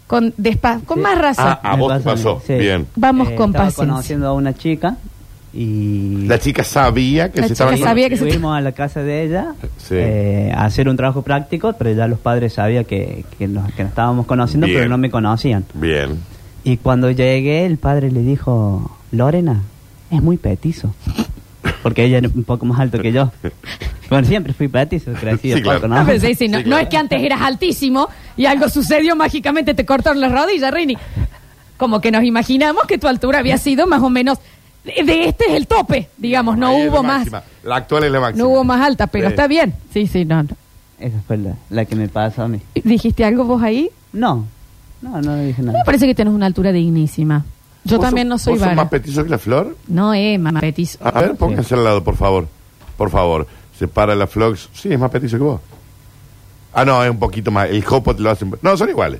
[SPEAKER 1] Con, despa- con más raza.
[SPEAKER 2] Ah, a vos te pasó. Bien.
[SPEAKER 1] Vamos
[SPEAKER 23] Eh,
[SPEAKER 1] con
[SPEAKER 23] estaba
[SPEAKER 1] paciencia.
[SPEAKER 23] conociendo a una chica y...
[SPEAKER 2] La chica sabía que se estaba
[SPEAKER 23] Fuimos a la casa de ella
[SPEAKER 2] Sí.
[SPEAKER 23] eh, a hacer un trabajo práctico, pero ya los padres sabían que, que nos, que nos estábamos conociendo,
[SPEAKER 2] Bien.
[SPEAKER 23] pero no me conocían.
[SPEAKER 2] Bien.
[SPEAKER 23] Y cuando llegué, el padre le dijo, Lorena, es muy petizo. Porque ella era un poco más alto que yo. Bueno, siempre fui petizo, crecí de
[SPEAKER 1] Sí,
[SPEAKER 23] poco,
[SPEAKER 1] claro.
[SPEAKER 23] ¿no?
[SPEAKER 1] Ah, pero sí, sí, no, no es que antes eras altísimo y algo sucedió mágicamente, te cortaron las rodillas, Rini. Como que nos imaginamos que tu altura había sido más o menos. De de este es el tope, digamos, no
[SPEAKER 2] Ahí es la
[SPEAKER 1] hubo más.
[SPEAKER 2] máxima. La actual es la máxima.
[SPEAKER 1] No hubo más alta, pero
[SPEAKER 23] Sí.
[SPEAKER 1] está bien. Sí, sí, no, no.
[SPEAKER 23] Esa fue la, la que me pasó a mí.
[SPEAKER 1] ¿Dijiste algo vos ahí?
[SPEAKER 23] No, no, no dije
[SPEAKER 1] Me
[SPEAKER 23] nada.
[SPEAKER 1] parece que tenés una altura dignísima. Yo
[SPEAKER 2] ¿Vos
[SPEAKER 1] también
[SPEAKER 2] sos-
[SPEAKER 1] no soy
[SPEAKER 2] ¿Vos sos
[SPEAKER 1] vara.
[SPEAKER 2] más petizo que la flor?
[SPEAKER 1] No, eh, más petizo.
[SPEAKER 2] A ver, pónganse al lado, por favor. Por favor. Separa la flox. Sí, es más petizo que vos. Ah, no, es un poquito más. El hopot lo hacen. No, son iguales.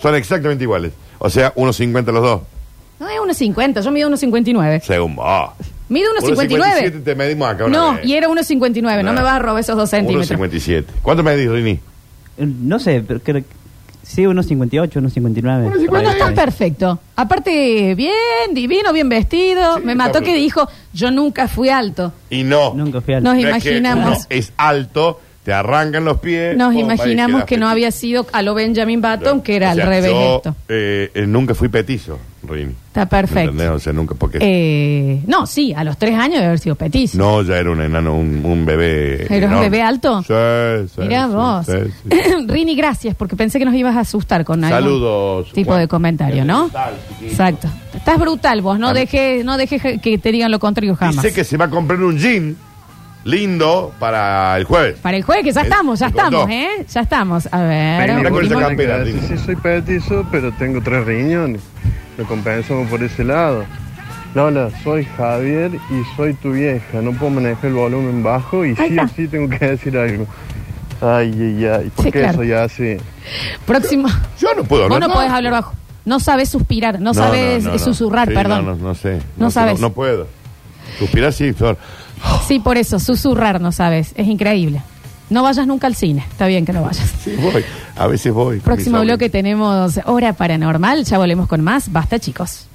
[SPEAKER 2] Son exactamente iguales. O sea, 1.50 los dos.
[SPEAKER 1] No, es 1,50, yo mido 1,59.
[SPEAKER 2] Según vos.
[SPEAKER 1] Mido 1,59.
[SPEAKER 2] 1.57 te medimos acá. una
[SPEAKER 1] No,
[SPEAKER 2] vez.
[SPEAKER 1] y era 1,59, no
[SPEAKER 2] Nah.
[SPEAKER 1] me vas a robar esos dos centímetros.
[SPEAKER 2] 1.57. ¿Cuánto medís, Rini?
[SPEAKER 23] Eh, No sé, pero creo que... Sí, unos 58, unos 59.
[SPEAKER 1] Bueno, está perfecto. Aparte, bien, divino, bien vestido. Me mató
[SPEAKER 2] está
[SPEAKER 1] que dijo, yo nunca fui alto.
[SPEAKER 2] Y no.
[SPEAKER 23] Nunca fui
[SPEAKER 1] alto. Nos
[SPEAKER 2] No es que
[SPEAKER 1] imaginamos.
[SPEAKER 2] uno es alto, te arrancan los pies.
[SPEAKER 1] Nos
[SPEAKER 2] vos
[SPEAKER 1] imaginamos
[SPEAKER 2] parece
[SPEAKER 1] que
[SPEAKER 2] eras
[SPEAKER 1] no había sido a lo Benjamin Button, que era
[SPEAKER 2] O sea,
[SPEAKER 1] al revés
[SPEAKER 2] yo,
[SPEAKER 1] esto.
[SPEAKER 2] eh, eh, nunca fui petizo, Rini.
[SPEAKER 1] Está
[SPEAKER 2] ¿Me
[SPEAKER 1] perfecto.
[SPEAKER 2] entendés? O sea, nunca, porque...
[SPEAKER 1] Eh, no, sí, a los tres años debe haber sido petiso.
[SPEAKER 2] No, ya era un enano, un, un bebé.
[SPEAKER 1] ¿Era un
[SPEAKER 2] enorme.
[SPEAKER 1] bebé alto?
[SPEAKER 2] Sí, sí.
[SPEAKER 1] Mirá
[SPEAKER 2] sí,
[SPEAKER 1] vos.
[SPEAKER 2] sí, sí.
[SPEAKER 1] Rini, gracias, porque pensé que nos ibas a asustar con algún
[SPEAKER 2] Saludos.
[SPEAKER 1] tipo
[SPEAKER 2] Juan.
[SPEAKER 1] de comentario, ¿no? Exacto. Estás brutal vos, no dejes no dejes que te digan lo contrario jamás.
[SPEAKER 2] Dice que se va a comprar un jean lindo para el jueves.
[SPEAKER 1] Para el jueves, que ya
[SPEAKER 2] Me-
[SPEAKER 1] estamos, ya
[SPEAKER 2] me contó.
[SPEAKER 1] estamos, ¿eh? Ya estamos. A ver.
[SPEAKER 2] Mirá con esa campera,
[SPEAKER 13] Sí,
[SPEAKER 2] Rini.
[SPEAKER 13] sí, soy petizo, pero tengo tres riñones. Lo compensamos por ese lado. Lola, soy Javier y soy tu vieja. No puedo manejar el volumen bajo y sí o sí tengo que decir algo. Ay, ay, ay. ¿Por
[SPEAKER 1] Sí,
[SPEAKER 13] qué
[SPEAKER 1] claro.
[SPEAKER 13] soy así?
[SPEAKER 1] Próximo.
[SPEAKER 2] Yo no puedo hablar
[SPEAKER 1] Vos no
[SPEAKER 2] bajo.
[SPEAKER 1] podés hablar bajo. No sabes suspirar, no, sabes
[SPEAKER 2] no, no.
[SPEAKER 1] susurrar,
[SPEAKER 2] Sí,
[SPEAKER 1] perdón.
[SPEAKER 2] No, no, no sé.
[SPEAKER 1] No
[SPEAKER 2] sé,
[SPEAKER 1] sabes.
[SPEAKER 2] No, puedo. Suspirar sí, Flor.
[SPEAKER 1] Sí, por eso, susurrar no sabes. Es increíble. No vayas nunca al cine. Está bien que no vayas.
[SPEAKER 2] Sí, voy. A veces voy. con mis
[SPEAKER 1] Próximo
[SPEAKER 2] sobrinos.
[SPEAKER 1] bloque tenemos Hora Paranormal. Ya volvemos con más. Basta, chicos.